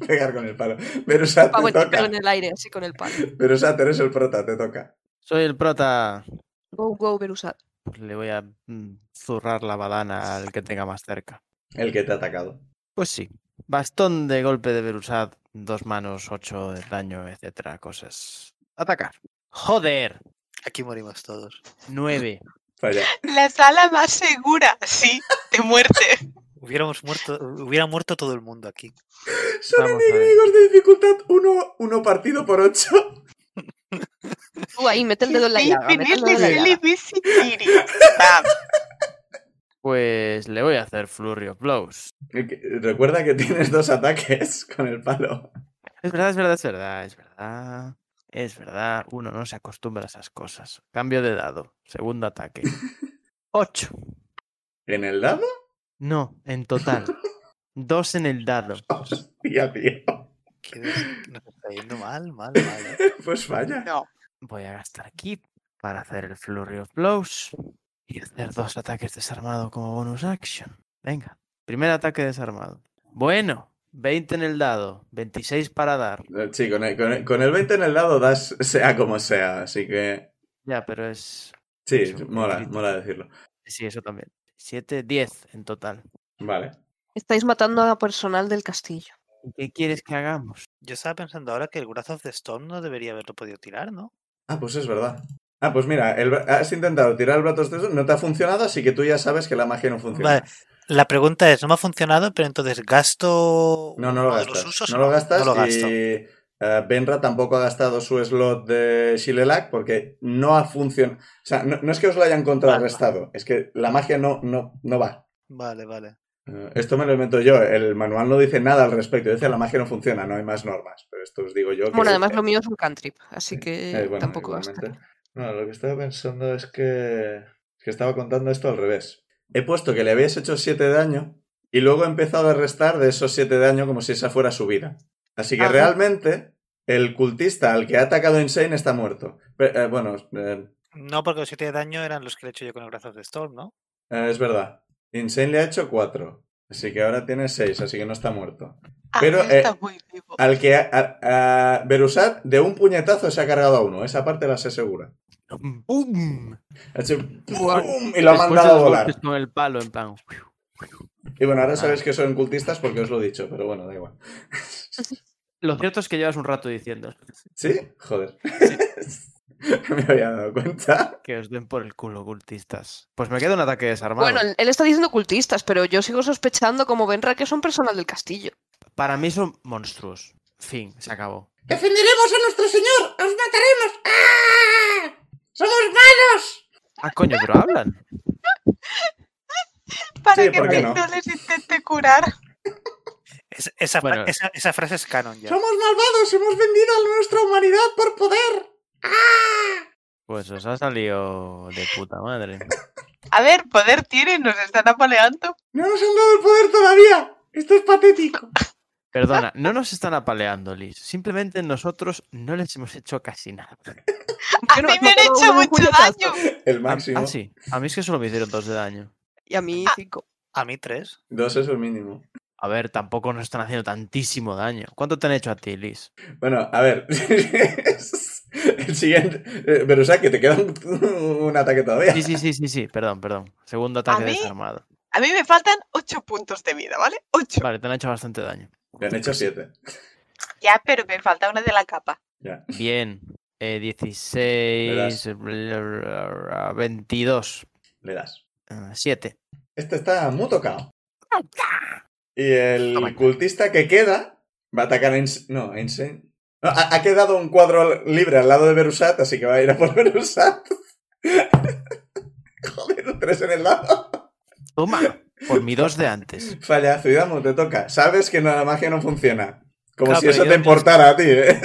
A: pegar con el palo. Pero Sat
E: Ah,
A: te
E: bueno, pero
A: toca.
E: en el aire, así con el palo.
A: Pero Sat, eres el prota, te toca.
D: Soy el prota.
E: Go, go, Berusat.
D: Pues le voy a mm, zurrar la badana al que tenga más cerca.
A: El que te ha atacado.
D: Pues sí. Bastón de golpe de Berusad, dos manos, ocho de daño, etcétera, cosas. Atacar. Pues Joder,
C: Aquí morimos todos.
D: nueve.
A: Falla.
B: La sala más segura, sí, de muerte.
C: Hubiéramos muerto, hubiera muerto todo el mundo aquí.
A: Son
D: Vamos a ver.
A: enemigos de dificultad uno, uno partido por ocho.
E: Tú ahí, mete el dedo en la llaga. mete el dedo en la llaga.
D: Pues le voy a hacer Flurry of Blows.
A: Eh, que- Recuerda que tienes dos ataques con el palo.
D: Es verdad, es verdad, es verdad, es verdad. Es verdad, uno no se acostumbra a esas cosas. Cambio de dado, segundo ataque. Ocho.
A: ¿En el lado?
D: No, en total. Dos en el dado.
A: Hostia, tío.
C: Que des- Nos está yendo mal, mal, mal. ¿eh?
A: Pues falla.
B: No,
D: Voy a gastar aquí para hacer el Flurry of Blows y hacer dos ataques desarmado como bonus action. Venga, primer ataque desarmado. Bueno, 20 en el dado, 26 para dar.
A: Eh, Sí, con el, con el- con el 20 en el lado das sea como sea, así que.
D: Ya, pero es...
A: Sí,
D: Es un
A: mola,
D: crítico.
A: mola decirlo.
D: Sí, eso también. 7, 10 en total.
A: Vale.
E: Estáis matando a personal del castillo.
D: ¿Y ¿Qué quieres que hagamos?
C: Yo estaba pensando ahora que el Wrath of the Storm no debería haberlo podido tirar, ¿no?
A: Ah, pues es verdad. Ah, pues mira, el bra- has intentado tirar el brazo de eso, no te ha funcionado, así que tú ya sabes que la magia no funciona.
C: Vale. La pregunta es, no me ha funcionado, pero entonces gasto
A: No, no lo
C: uno de los
A: gastas.
C: usos
A: no
C: o
A: lo gastas.
C: No lo gasto.
A: Y eh, Benra tampoco ha gastado su slot de Shilelak porque no ha funcionado. O sea, no, no es que os lo hayan contrarrestado, es que la magia no, no, no va.
C: Vale, vale.
A: Eh, esto me lo invento yo. El manual no dice nada al respecto. Dice la magia no funciona, no hay más normas. Pero esto os digo yo. que
E: Bueno, además
A: dice-
E: lo mío es un cantrip, así
A: Eh,
E: que
A: bueno,
E: tampoco
A: igualmente.
E: basta.
A: No, lo que estaba pensando es que... es que estaba contando esto al revés. He puesto que le habías hecho 7 de daño y luego he empezado a restar de esos 7 de daño como si esa fuera su vida. Así que
E: Ajá.
A: realmente el cultista al que ha atacado Insane está muerto. Pe- eh, bueno, eh,
C: No, porque los 7 de daño eran los que le he hecho yo con el Wrath of the Storm, ¿no?
A: eh, es verdad. Insane le ha hecho 4. Así que ahora tiene 6, así que no está muerto. Pero,
B: pero está
A: eh,
B: muy vivo.
A: Al que... a- a- a Berusat de un puñetazo se ha cargado a uno. Esa parte la sé segura.
D: ¡Bum!
A: Ha hecho ¡pum! y lo ha
D: Después de
A: mandado a
D: los
A: volar.
D: golpes Con el palo, en plan.
A: Y bueno,
D: Ah.
A: ahora sabéis que son cultistas porque os lo he dicho, pero bueno, da igual.
D: Lo cierto es que llevas un rato diciendo
A: ¿Sí? Joder. No me había dado cuenta.
D: que os den por el culo, cultistas. Pues me queda un ataque desarmado.
E: Bueno, él él está diciendo cultistas, pero yo sigo sospechando como Benra que son personal del castillo.
D: Para mí son monstruos. Fin, se acabó.
F: Defenderemos a nuestro señor, os mataremos. ¡Ah! Somos malos.
D: Ah, coño, pero hablan.
B: Para
A: sí,
B: que
A: ¿por qué
B: no?
A: no?
B: les intente curar.
C: Es- esa, fra-
D: Bueno.
C: esa, esa frase es canon ya.
F: Somos malvados, hemos vendido a nuestra humanidad por poder. ¡Ah!
D: Pues os ha salido de puta madre.
B: A ver, poder tienen, nos están apaleando.
F: No nos han dado el poder todavía. Esto es patético.
D: Perdona, no nos están apaleando, Liz. Simplemente nosotros no les hemos hecho casi nada.
B: A
E: Yo no-
B: mí
E: no
B: Ah, me han
E: puedo
B: hecho
E: un
B: mucho
E: puñetazo.
B: daño.
A: El
D: A-
A: máximo.
D: Ah,
B: Ah.
D: sí. A mí es que solo me hicieron dos de daño.
E: Y a mí cinco.
C: A mí tres.
A: Dos es el mínimo.
D: A ver, tampoco nos están haciendo tantísimo daño. ¿Cuánto te han hecho a ti, Liz?
A: Bueno, a ver. El siguiente. eh, Pero, o sea, que te queda un, un ataque todavía.
D: Sí, sí, sí, sí, sí, perdón, perdón. Segundo ataque
B: mí?
D: desarmado.
B: A mí me faltan 8 puntos de vida, ¿vale? 8.
D: Vale, te han hecho bastante daño.
A: Te han hecho siete.
B: Ya, pero me falta una de la capa.
A: Ya.
D: Bien. Eh, 16, bla, bla, bla, 22,
A: Le das.
D: 7.
A: Este está muy tocado. Y el cultista que queda va a atacar a Ins- No, a Insane. No, ha, ha quedado un cuadro libre al lado de Berusat, así que va a ir a por Berusat. Joder, un tres en el lado.
D: Toma, por mi dos de antes.
A: Falla, Zuidamu, te toca. Sabes que no, la magia no funciona. Como
D: Claro,
A: si
D: pero
A: eso
D: yo-
A: te importara a ti, ¿eh?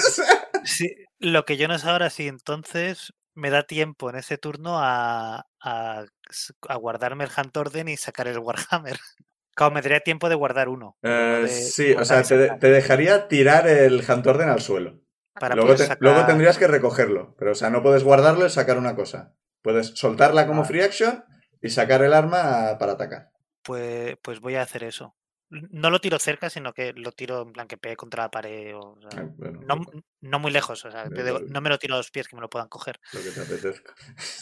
C: Sí, lo que yo no sé ahora si entonces me da tiempo en ese turno a, a s- a guardarme el Hunt Orden y sacar el Warhammer. Como me daría tiempo de guardar uno
A: Eh,
C: de
A: sí, o
C: guardar
A: sea,
C: y
A: te, de-
C: sacar,
A: te dejaría tirar el Hantorden al suelo.
C: para
A: Ah, Luego,
C: poder
A: te- luego
C: sacar-
A: tendrías que recogerlo, pero o sea, no puedes guardarlo y sacar una cosa. Puedes soltarla como
C: Vale.
A: free action y sacar el arma para atacar.
C: Pues, pues voy a hacer eso. N- No lo tiro cerca, sino que lo tiro en plan que pegue contra la pared. o sea,
A: Ah, bueno,
C: no, m- no muy lejos, o sea,
A: Me
C: yo digo,
A: parece.
C: no me lo tiro a los pies que me lo puedan coger.
A: lo que te apetezca.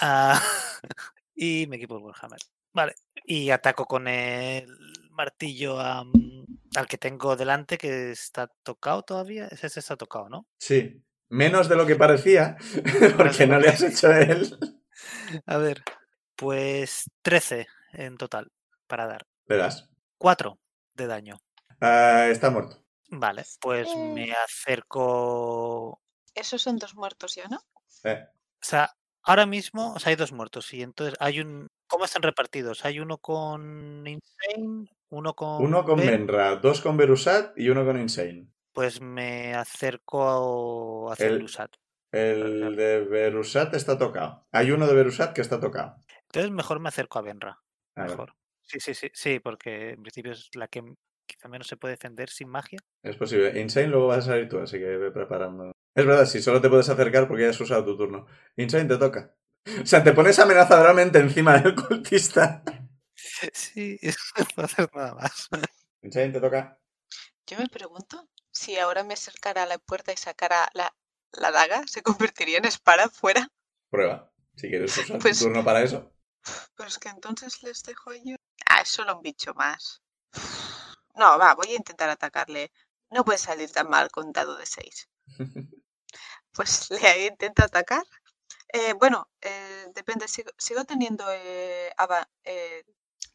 C: Ah, y me equipo el Warhammer. Vale. Y ataco con el martillo a, mm, al que tengo delante, que está tocado todavía. Ese ese está tocado, ¿no?
A: Sí, menos de lo que parecía, porque no le has hecho a él.
C: A ver. Pues 13 en total para dar.
A: Le das.
C: 4 de daño.
A: Ah, está muerto.
C: Vale. Pues me acerco
B: Esos son dos muertos ya, ¿no?
A: Eh,
C: O sea, ahora mismo o sea, hay dos muertos y entonces hay un... ¿Cómo están repartidos? Hay uno con Insane, uno con...
A: uno con
C: Ben.
A: Benra, dos con Berusat y uno con Insane.
C: Pues me acerco a hacer
A: El-
C: el usat.
A: El de Berusat está tocado. Hay uno de Berusat que está tocado.
C: Entonces mejor me acerco a Benra.
A: A ver,
C: Mejor. Sí, sí, sí, sí, porque en principio es la que m- quizá menos se puede defender sin magia.
A: es posible. Insane luego vas a salir tú, así que ve preparando. Es verdad, si solo te puedes acercar porque ya has usado tu turno. Insane te toca. O sea, te pones amenazadoramente encima del cultista.
C: Sí, no puedo hacer nada más.
A: Insane te toca.
B: Yo me pregunto si ahora me acercara a la puerta y sacara la, la daga, ¿se convertiría en espada fuera?
A: Prueba. Si quieres usar
B: Pues-
A: tu turno para eso.
B: Pero es que entonces les dejo yo. Ah, es solo un bicho más. No, va, voy a intentar atacarle. No puede salir tan mal con dado de 6. Pues le intento atacar. Eh, bueno, eh, depende, sigo, sigo teniendo eh, ava- eh,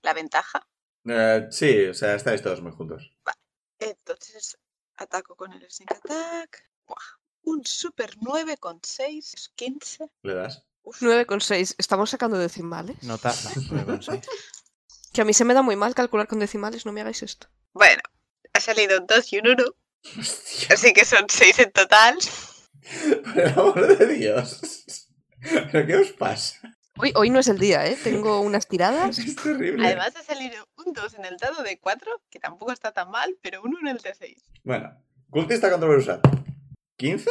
B: la ventaja.
A: Eh, sí, o sea, estáis todos muy juntos.
B: Entonces ataco con el sneak attack. Buah, un super 9 con 6 es 15.
A: ¿Le das?
E: 9,6. Estamos sacando decimales.
D: Notas.
E: Que a mí se me da muy mal calcular con decimales, no me hagáis esto.
B: Bueno, ha salido un 2 y un 1,
A: Hostia.
B: así que son 6 en total.
A: Por el amor de Dios. ¿Pero qué os pasa?
E: Hoy, hoy no es el día, ¿eh? Tengo unas tiradas.
A: Es terrible.
B: Además ha salido un 2 en el dado de 4, que tampoco está tan mal, pero un 1 en el de 6.
A: Bueno, cultista contra Berusat. ¿15?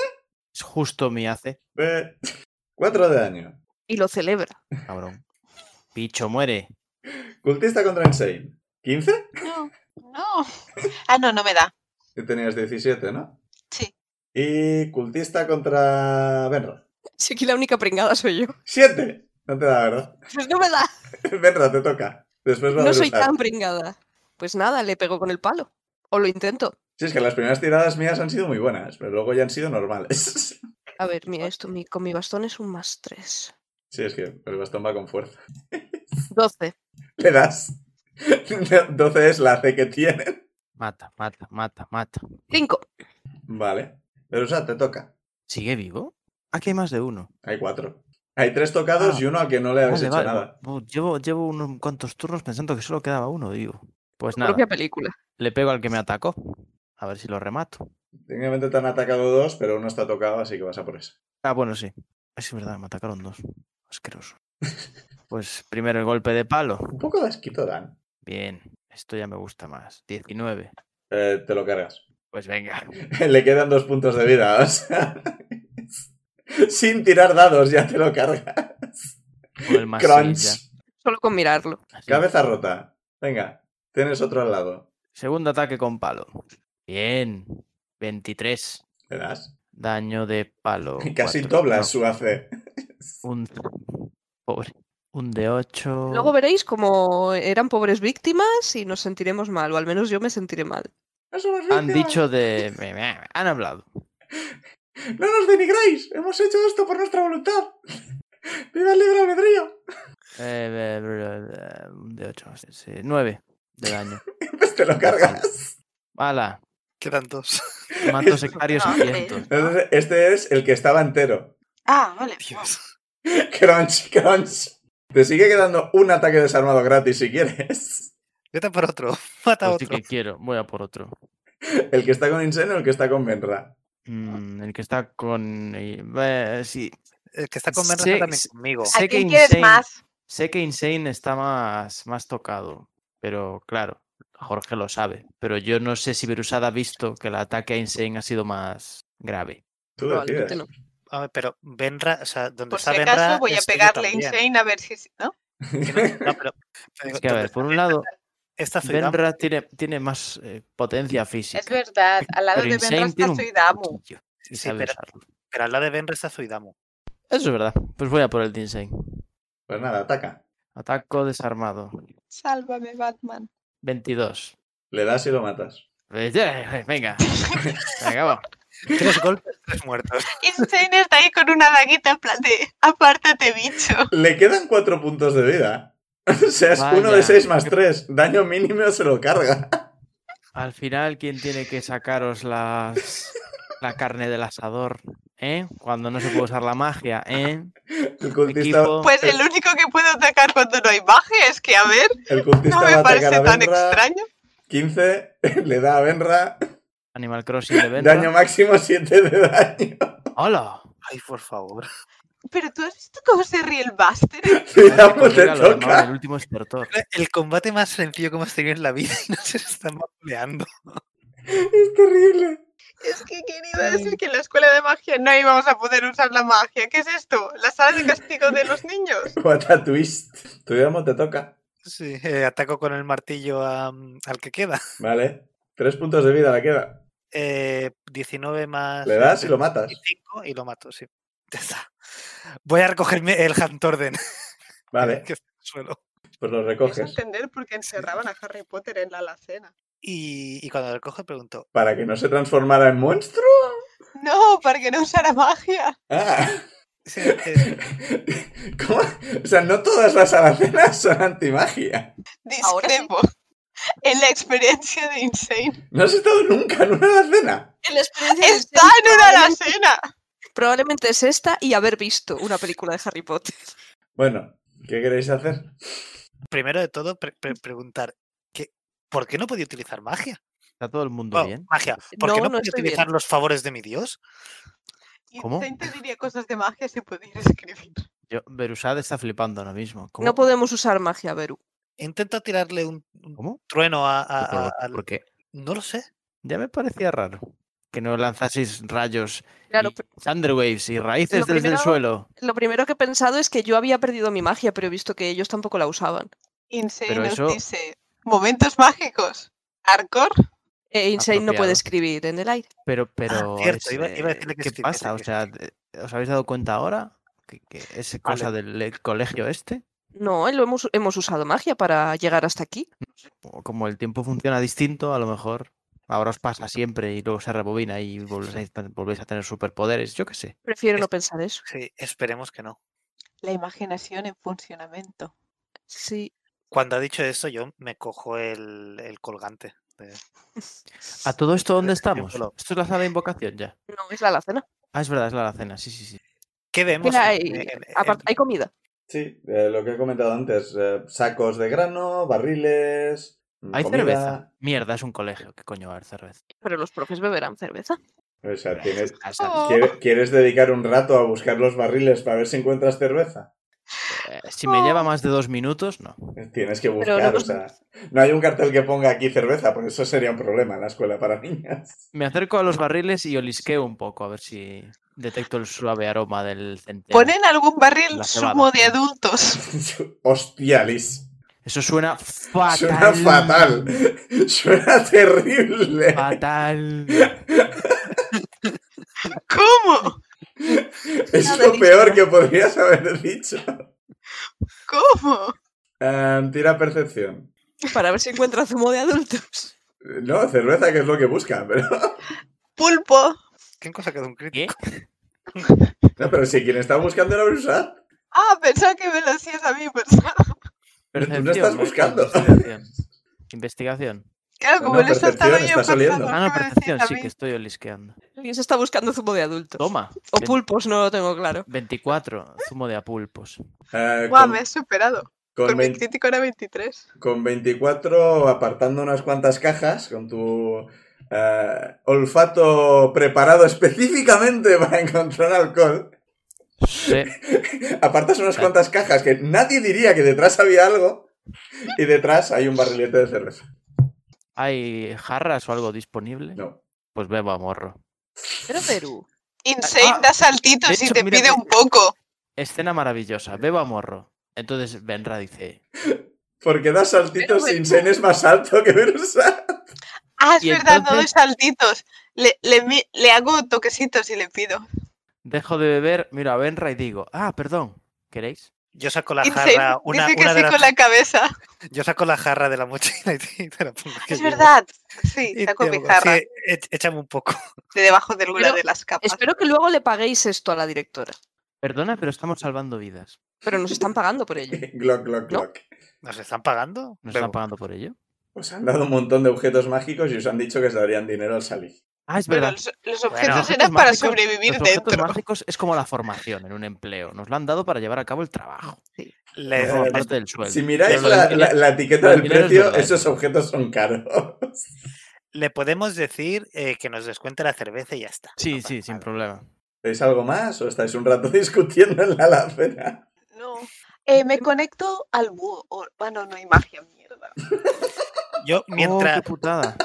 D: Es justo mi hace,
A: 4 Eh, de daño.
E: Y lo celebra.
D: cabrón. Picho muere.
A: Cultista contra Insane. ¿15?
B: No, no. Ah, no, no me da.
A: Tú tenías 17, ¿no?
B: Sí.
A: Y cultista contra Benra.
E: Si aquí la única pringada soy yo.
A: 7. No te da, ¿verdad?
E: Pues no me da.
A: Benra, te toca. Después va a
E: No soy
A: Berusat.
E: tan pringada. Pues nada, le pego con el palo. O lo intento.
A: Sí, es que las primeras tiradas mías han sido muy buenas, pero luego ya han sido normales.
E: A ver, mira, esto mi- con mi bastón es un más 3.
A: Sí, es que el bastón va con fuerza.
E: 12.
A: Le das. 12 es la C que tiene.
D: Mata, mata, mata, mata.
E: 5.
D: Pues
A: Vale. Pero, o sea, te toca.
D: ¿Sigue vivo? Aquí hay más de uno.
A: Hay cuatro. Hay tres tocados
D: Ah.
A: y uno al que no le habéis
D: Vale,
A: hecho
D: vale,
A: nada.
D: bu- bu- Llevo, llevo unos cuantos turnos pensando que solo quedaba uno, digo. Pues nada,
E: Propia película.
D: le pego al que me atacó. A ver si lo remato.
A: Técnicamente te han atacado dos, pero uno está tocado, así que vas a por eso.
D: Ah, bueno, sí. Es verdad, me atacaron dos. Asqueroso. Pues primero el golpe de palo.
A: Un poco de asquito dan.
D: Bien, esto ya me gusta más. 19.
A: Eh, te lo cargas.
D: Pues venga.
A: le quedan dos puntos de vida, o sea. Sin tirar dados, ya te lo cargas.
D: Con el más seis
A: Crunch.
D: ya.
E: Solo con mirarlo.
D: Así.
A: Cabeza rota. Venga, tienes otro al lado.
D: Segundo ataque con palo. Bien. 23.
A: ¿Le das?
D: Daño de palo.
A: Casi
D: Cuatro.
A: dobla
D: No,
A: su AC.
D: un... Pobre. Un de 8.
E: Luego veréis como eran pobres víctimas y nos sentiremos mal, o al menos yo me sentiré mal.
F: No somos
D: Han
F: víctimas.
D: dicho de... me- me- Han hablado.
F: No nos denigréis. Hemos hecho esto por nuestra voluntad. ¡Viva el libre albedrío!
D: Eh, eh, eh, eh, un de 8. 9 de daño.
A: Pues te lo cargas.
D: ¡Hala!
C: Quedan dos.
D: Mato sectarios a
B: No,
D: cientos.
B: hombre, no.
A: Entonces, este es el que estaba entero.
B: Ah, vale.
C: Dios.
A: Crunch, crunch. Te sigue quedando un ataque desarmado gratis si quieres.
C: Vete por otro. Mata a
D: Pues sí
C: otro.
D: que quiero. Voy a por otro.
A: El que está con Insane o el que está con Benra.
D: Mm, el que está con... eh, sí.
C: El que está con Benra
D: Sí,
C: está también
D: sí.
C: conmigo.
D: Sé
B: ¿A
D: que
B: quién quieres
D: Insane-
B: más?
D: Sé que Insane está más, más tocado, pero claro, Jorge lo sabe. Pero yo no sé si Berusada ha visto que el ataque a Insane ha sido más grave.
A: Tú
E: Probablemente
C: A
A: decides.
E: no.
C: ver, Ah, pero Benra, o sea, donde
B: Por si
C: está Benra.
B: acaso voy a
C: estoy yo
B: pegarle a
C: también.
B: Insane a ver si... ¿No?
C: Que no- no, pero- pero digo,
D: Es que, a ver,
C: ¿dónde
D: por un
C: está
D: lado,
C: Esta ciudad.
D: Benra tiene, tiene más eh, potencia física.
B: Es verdad, al lado
D: pero
B: de Benra
D: Insane
B: está
D: tiene un
B: Suidamu.
D: cuchillo
C: Sí,
D: y sabe
C: pero-
D: usarlo.
C: Pero al lado de Benra está Zuidamu.
D: Eso es verdad. Pues voy a por el de Insane.
A: Pues nada, ataca.
D: Ataco desarmado.
B: Sálvame, Batman.
D: 22.
A: Le das y lo matas.
D: Eh, eh, Venga. Venga, va.
C: Tres golpes, tres muertos.
B: Insane está ahí con una daguita en plan de... Apártate, bicho.
A: Le quedan cuatro puntos de vida. O sea, es uno
D: Vaya.
A: de seis más tres. Daño mínimo se lo carga.
D: Al final, ¿quién tiene que sacaros las, la carne del asador? ¿Eh? Cuando no se puede usar la magia, ¿eh?
A: El cultista,
D: Equipo.
B: Pues el único que puedo atacar cuando no hay magia es que, a ver,
A: el cultista
B: no
A: va a
B: me
A: atacar a
B: parece tan
A: Benra.
B: extraño.
A: 15, le da a Benra.
D: Animal Crossing de Benra.
A: Daño máximo 7 de daño.
D: ¡Hola!
C: Ay, por favor.
B: Pero tú has visto cómo se ríe el Buster.
D: Pues
A: Cuidado, pues te
D: Mira, lo llamaban el
A: toca.
D: último estertor.
C: El combate más sencillo que hemos tenido en la vida y nos están bombeando.
A: Es terrible.
B: Es que quería decir que en la escuela de magia no íbamos a poder usar la magia. ¿Qué es esto? ¿La sala de castigo de los niños?
A: What a twist. Cuidado, te toca.
C: Sí, eh, ataco con el martillo a, mm, al que queda.
A: Vale. Tres puntos de vida le queda.
C: Eh, 19 más.
A: Le das y lo matas.
C: 25 y lo mato, sí. Ya está. Voy a recogerme el Hantorden
A: Vale,
C: que está en el suelo.
A: pues lo
B: Es
A: recoges.
B: entender por qué encerraban a Harry Potter en la alacena.
C: Y, y cuando lo recoge pregunto,
A: ¿Para que no se transformara en monstruo?
B: No, para que no usara magia.
A: Ah.
C: "Sí, eh,
A: ¿Cómo? O sea, no todas las alacenas son antimagia.
E: Ahora sí.
B: Discrepo. En la experiencia de Insane.
A: No has estado nunca en una alacena.
B: ¡Está en una alacena!
E: Probablemente es esta y haber visto una película de Harry Potter.
A: Bueno, ¿qué queréis hacer?
C: primero de todo, pre- pre- preguntar, ¿qué- ¿por qué no podía utilizar magia?
D: Está todo el mundo
C: Bueno,
D: bien.
C: magia. ¿Por qué
E: No,
C: no,
E: no
C: podía
E: estoy
C: utilizar los favores de mi dios?
D: ¿Cómo?
B: Insane te diría cosas de magia si pudiera escribir.
D: Yo, Berusad está flipando ahora mismo. ¿Cómo?
E: No podemos usar magia, Beru.
C: Intento tirarle un, un
D: ¿Cómo?
C: trueno a, a-
D: Pero
C: a-
D: ¿por-
C: al-
D: ¿Por qué?
C: No lo sé.
D: Ya me parecía raro que no lanzaseis rayos,
E: Claro,
D: y thunderwaves y raíces
E: lo
D: desde el
E: primero-
D: suelo.
E: Lo primero que he pensado es que yo había perdido mi magia, pero he visto que ellos tampoco la usaban.
B: Insane
D: Pero
B: nos
D: eso-
B: dice: Momentos mágicos. Hardcore.
E: E Insane no
D: Apropiado.
E: puede escribir en el aire.
D: Pero, pero
C: Ah, cierto, iba- iba a
D: eh,
C: decirle que
D: ¿qué
C: sí, que sí,
D: pasa? O
C: que
D: sea, de- ¿os habéis dado cuenta ahora que, que es cosa del eh, colegio este?
E: No, lo hemos, hemos usado magia para llegar hasta aquí.
D: O Como el tiempo funciona distinto, a lo mejor ahora os pasa siempre y luego se rebobina y volvéis a, volvéis a tener superpoderes, yo qué sé.
E: Prefiero
C: Es-
E: no pensar eso.
C: Sí, esperemos que no.
B: La imaginación en funcionamiento.
E: Sí.
C: Cuando ha dicho eso, yo me cojo el, el colgante. de-
D: ¿A todo esto dónde
C: Pues,
D: estamos?
C: símbolo.
D: Esto es la sala de invocación ya.
E: No, es la alacena.
D: Ah, es verdad, es la alacena, sí, sí, sí.
C: ¿Qué vemos?
E: Mira,
C: en-
E: hay-
C: en- e en-
E: aparte, hay comida.
A: Sí, eh, lo que he comentado antes. eh, sacos de grano, barriles. mm,
D: ¿Hay
A: comida.
D: cerveza? Mierda, es un colegio, ¿qué coño va a haber cerveza?
E: Pero los profes beberán cerveza.
A: O sea, tienes-
D: Ah, sabes,
B: Oh.
A: ¿quiere- ¿Quieres dedicar un rato a buscar los barriles para ver si encuentras cerveza?
D: eh, Si me lleva más de dos minutos, no.
A: Tienes que
E: no
A: buscar, o
E: los-
A: sea. No hay un cartel que ponga aquí cerveza, porque eso sería un problema en la escuela para niñas.
D: Me acerco a los barriles y olisqueo un poco a ver si detecto el suave aroma del centeno.
B: Ponen algún barril
D: La cebada,
B: sumo de
D: sí.
B: adultos.
A: Hostia, Liz.
D: Eso suena fatal.
A: Suena fatal. Suena terrible.
D: Fatal.
B: ¿Cómo?
A: Es lo peor que podrías haber dicho.
B: ¿Cómo?
A: Ah, tira percepción.
E: Para ver si encuentra zumo de adultos.
A: No, cerveza, que es lo que busca, pero.
B: Pulpo.
C: ¿Qué cosa quedó un
D: ¿Qué?
C: crítico?
A: No, pero si quien está buscando era Brusad.
B: Ah, pensaba que me lo hacías a mí, persona.
A: Pero tú no
D: Percepción,
A: estás
D: no es
A: buscando.
D: ¿eh? investigación. Investigación.
B: Claro,
A: No,
B: como
A: no,
B: lo he saltado
A: percepción,
B: yo,
A: está saliendo.
B: pensaba
D: Ah, no,
B: que me lo
D: percepción,
B: decías a
D: sí
B: mí.
D: que estoy olisqueando.
E: Alguien se está buscando zumo de adultos.
D: Toma.
E: O
D: ve-
E: pulpos, no lo tengo claro.
D: 24, zumo de apulpos.
A: Ah,
B: Guau,
A: con-
B: me has superado.
A: con
B: Con mi
A: 20
B: crítico era 23.
D: Ah,
A: Con 24, apartando unas cuantas cajas, con tu eh, olfato preparado específicamente para encontrar alcohol,
D: Sí.
A: apartas unas
D: Ah.
A: cuantas cajas que nadie diría que detrás había algo y detrás hay un barrilete de cerveza.
D: ¿Hay jarras o algo disponible?
A: No.
D: Pues beba morro.
E: Pero Perú.
B: Insane
D: Ah,
B: da saltitos
D: de
B: y
D: hecho,
B: te
D: mira
B: pide
D: que-
B: un poco.
D: Escena maravillosa, beba morro. Entonces Benra dice,
A: Porque da saltitos
E: Pero, pero-
A: sin sen es más alto que Verusa.
B: Ah, es
D: Y
B: verdad, no doy
D: entonces-
B: saltitos. Le, le mi- le hago toquecitos y le pido.
D: dejo de beber, miro a Benra y digo, ah, perdón, ¿queréis?
C: Yo saco la
B: Insane
C: jarra, una,
B: dice que
C: una
B: sí
C: de las-
B: con la cabeza.
C: yo saco la jarra de la mochila y te, y te la pongo aquí
B: Es
C: llevo.
B: verdad. Sí,
C: Y
B: saco
C: te
B: mi
C: hago,
B: jarra
C: "Sí, e- échame un poco.
B: de debajo de una
E: Pero-
B: de las capas.
E: Espero que luego le paguéis esto a la directora.
D: Perdona, pero estamos salvando vidas.
E: Pero nos están pagando por ello.
A: glock, glock,
E: No.
A: glock.
C: ¿Nos están pagando?
D: ¿Nos
C: Bebo.
D: están pagando por ello?
A: Os han dado un montón de objetos mágicos y os han dicho que os darían dinero al salir.
D: Ah, es
B: Pero
D: verdad.
B: los, los
C: Bueno,
B: objetos
D: objetos
B: eran para
D: mágicos-
B: sobrevivir
D: Los objetos
B: dentro.
D: mágicos es como la formación en un empleo. Nos lo han dado para llevar a cabo el trabajo.
C: Le-
D: No forma
C: le-
D: parte del sueldo.
A: Si miráis
D: Pues, Pero
A: la,
D: el-
A: la- la etiqueta del
D: el dinero es
A: precio,
D: verdad. ¿eh?
A: esos objetos son caros.
C: le podemos decir eh, que nos descuente la cerveza y ya está.
D: Sí, sí, sin problema.
A: ¿Tenéis algo más o estáis un rato discutiendo en la alacena?
B: No. Eh, me conecto al búho. o- Bueno, no hay magia, mierda.
C: Yo,
D: Oh,
C: mientras,
D: qué putada.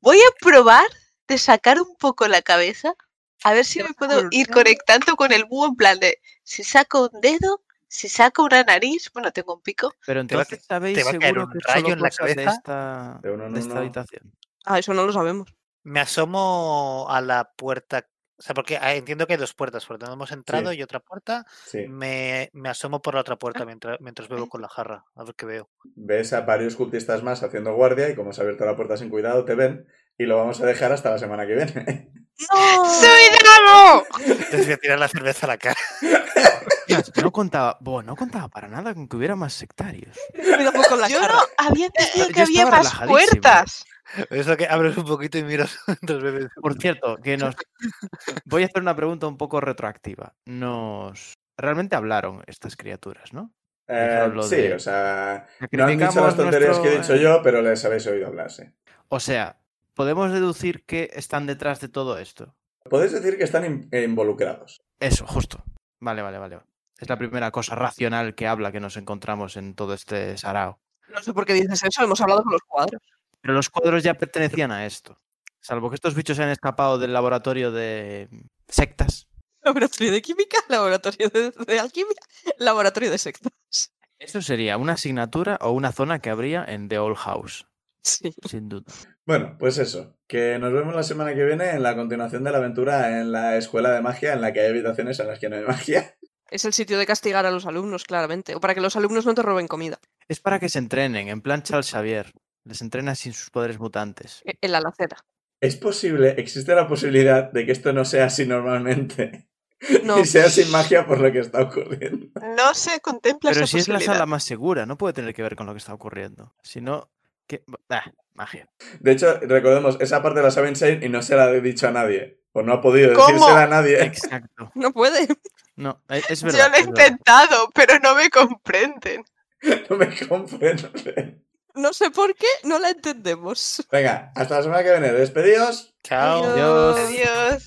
B: Voy a probar de sacar un poco la cabeza. A ver si me puedo ir conectando con el búho en plan de si saco un dedo, si saco una nariz. Bueno, tengo un pico.
D: Pero
C: Te va a
D: entonces
C: ca-
D: sabéis
C: te va a caer
D: seguro
C: un
D: que
C: rayo
D: solo
C: en la
D: cosas de
C: cabeza.
D: esta,
A: De uno en
D: de esta
A: uno.
D: habitación.
E: Ah, eso no lo sabemos.
C: me asomo a la puerta. O sea, porque ah, entiendo que hay dos puertas, por donde hemos entrado y otra puerta.
A: Sí.
C: Me, me asomo por la otra puerta mientras, mientras bebo con la jarra, a ver qué veo.
A: Ves a varios cultistas más haciendo guardia y como se ha abierto la puerta sin cuidado, te ven y lo vamos a dejar hasta la semana que viene.
E: Oh,
B: ¡Soy Drago!
C: Entonces voy a tirar la cerveza a la cara.
D: Tío, es que No contaba, bueno, no contaba para nada con que hubiera más sectarios.
E: Cuidado con la
B: Yo
E: cara.
B: no había entendido
D: yo
B: que había
D: estaba
B: más
D: relajadísimo.
B: puertas.
C: Eso que abres un poquito y miras mientras bebes.
D: Por cierto, que nos voy a hacer una pregunta un poco retroactiva. Nos realmente hablaron estas criaturas, ¿no?
A: Eh,
D: Dijeron lo
A: sí,
D: de-
A: o sea,
D: Que
A: no han dicho las
D: criticamos
A: tonterías que he dicho
D: nuestro, eh,
A: yo, pero les habéis oído hablar, sí.
D: O sea, podemos deducir que están detrás de todo esto.
A: Podéis decir que están in- involucrados.
D: Eso, justo. Vale, vale, vale. Es la primera cosa racional que habla que nos encontramos en todo este sarao.
E: No sé por qué dices eso, hemos hablado con los cuadros.
D: Pero los cuadros ya pertenecían a esto. Salvo que estos bichos se han escapado del laboratorio de sectas.
E: Laboratorio de química, laboratorio de, de alquimia, laboratorio de sectas.
D: Eso sería una asignatura o una zona que habría en The Old House,
E: Sí.
D: sin duda.
A: Bueno, pues eso, que nos vemos la semana que viene en la continuación de la aventura en la escuela de magia, en la que hay habitaciones en las que no hay magia.
E: Es el sitio de castigar a los alumnos, claramente. O para que los alumnos no te roben comida.
D: Es para que se entrenen, en plan Charles Xavier. Les entrena sin sus poderes mutantes.
E: e- En la alacena.
A: Es posible, existe la posibilidad de que esto no sea así normalmente.
E: No.
A: Y sea sin magia por lo que está ocurriendo.
B: No se contempla
D: Pero
B: esa
D: si es la
B: posibilidad.
D: sala más segura, no puede tener que ver con lo que está ocurriendo. Si no, que... Ah, magia.
A: De hecho, recordemos, esa parte la sabe Insane y no se la he dicho a nadie. O no ha podido
B: ¿Cómo?
A: decírsela a nadie.
D: Exacto.
E: No puede.
D: No, e- es verdad.
B: Yo lo he
D: es verdad.
B: intentado, pero no me comprenden.
A: No me comprendo.
E: No sé por qué, no la entendemos.
A: Venga, hasta la semana que viene. Despedidos.
C: Chao.
D: Adiós.
B: Adiós.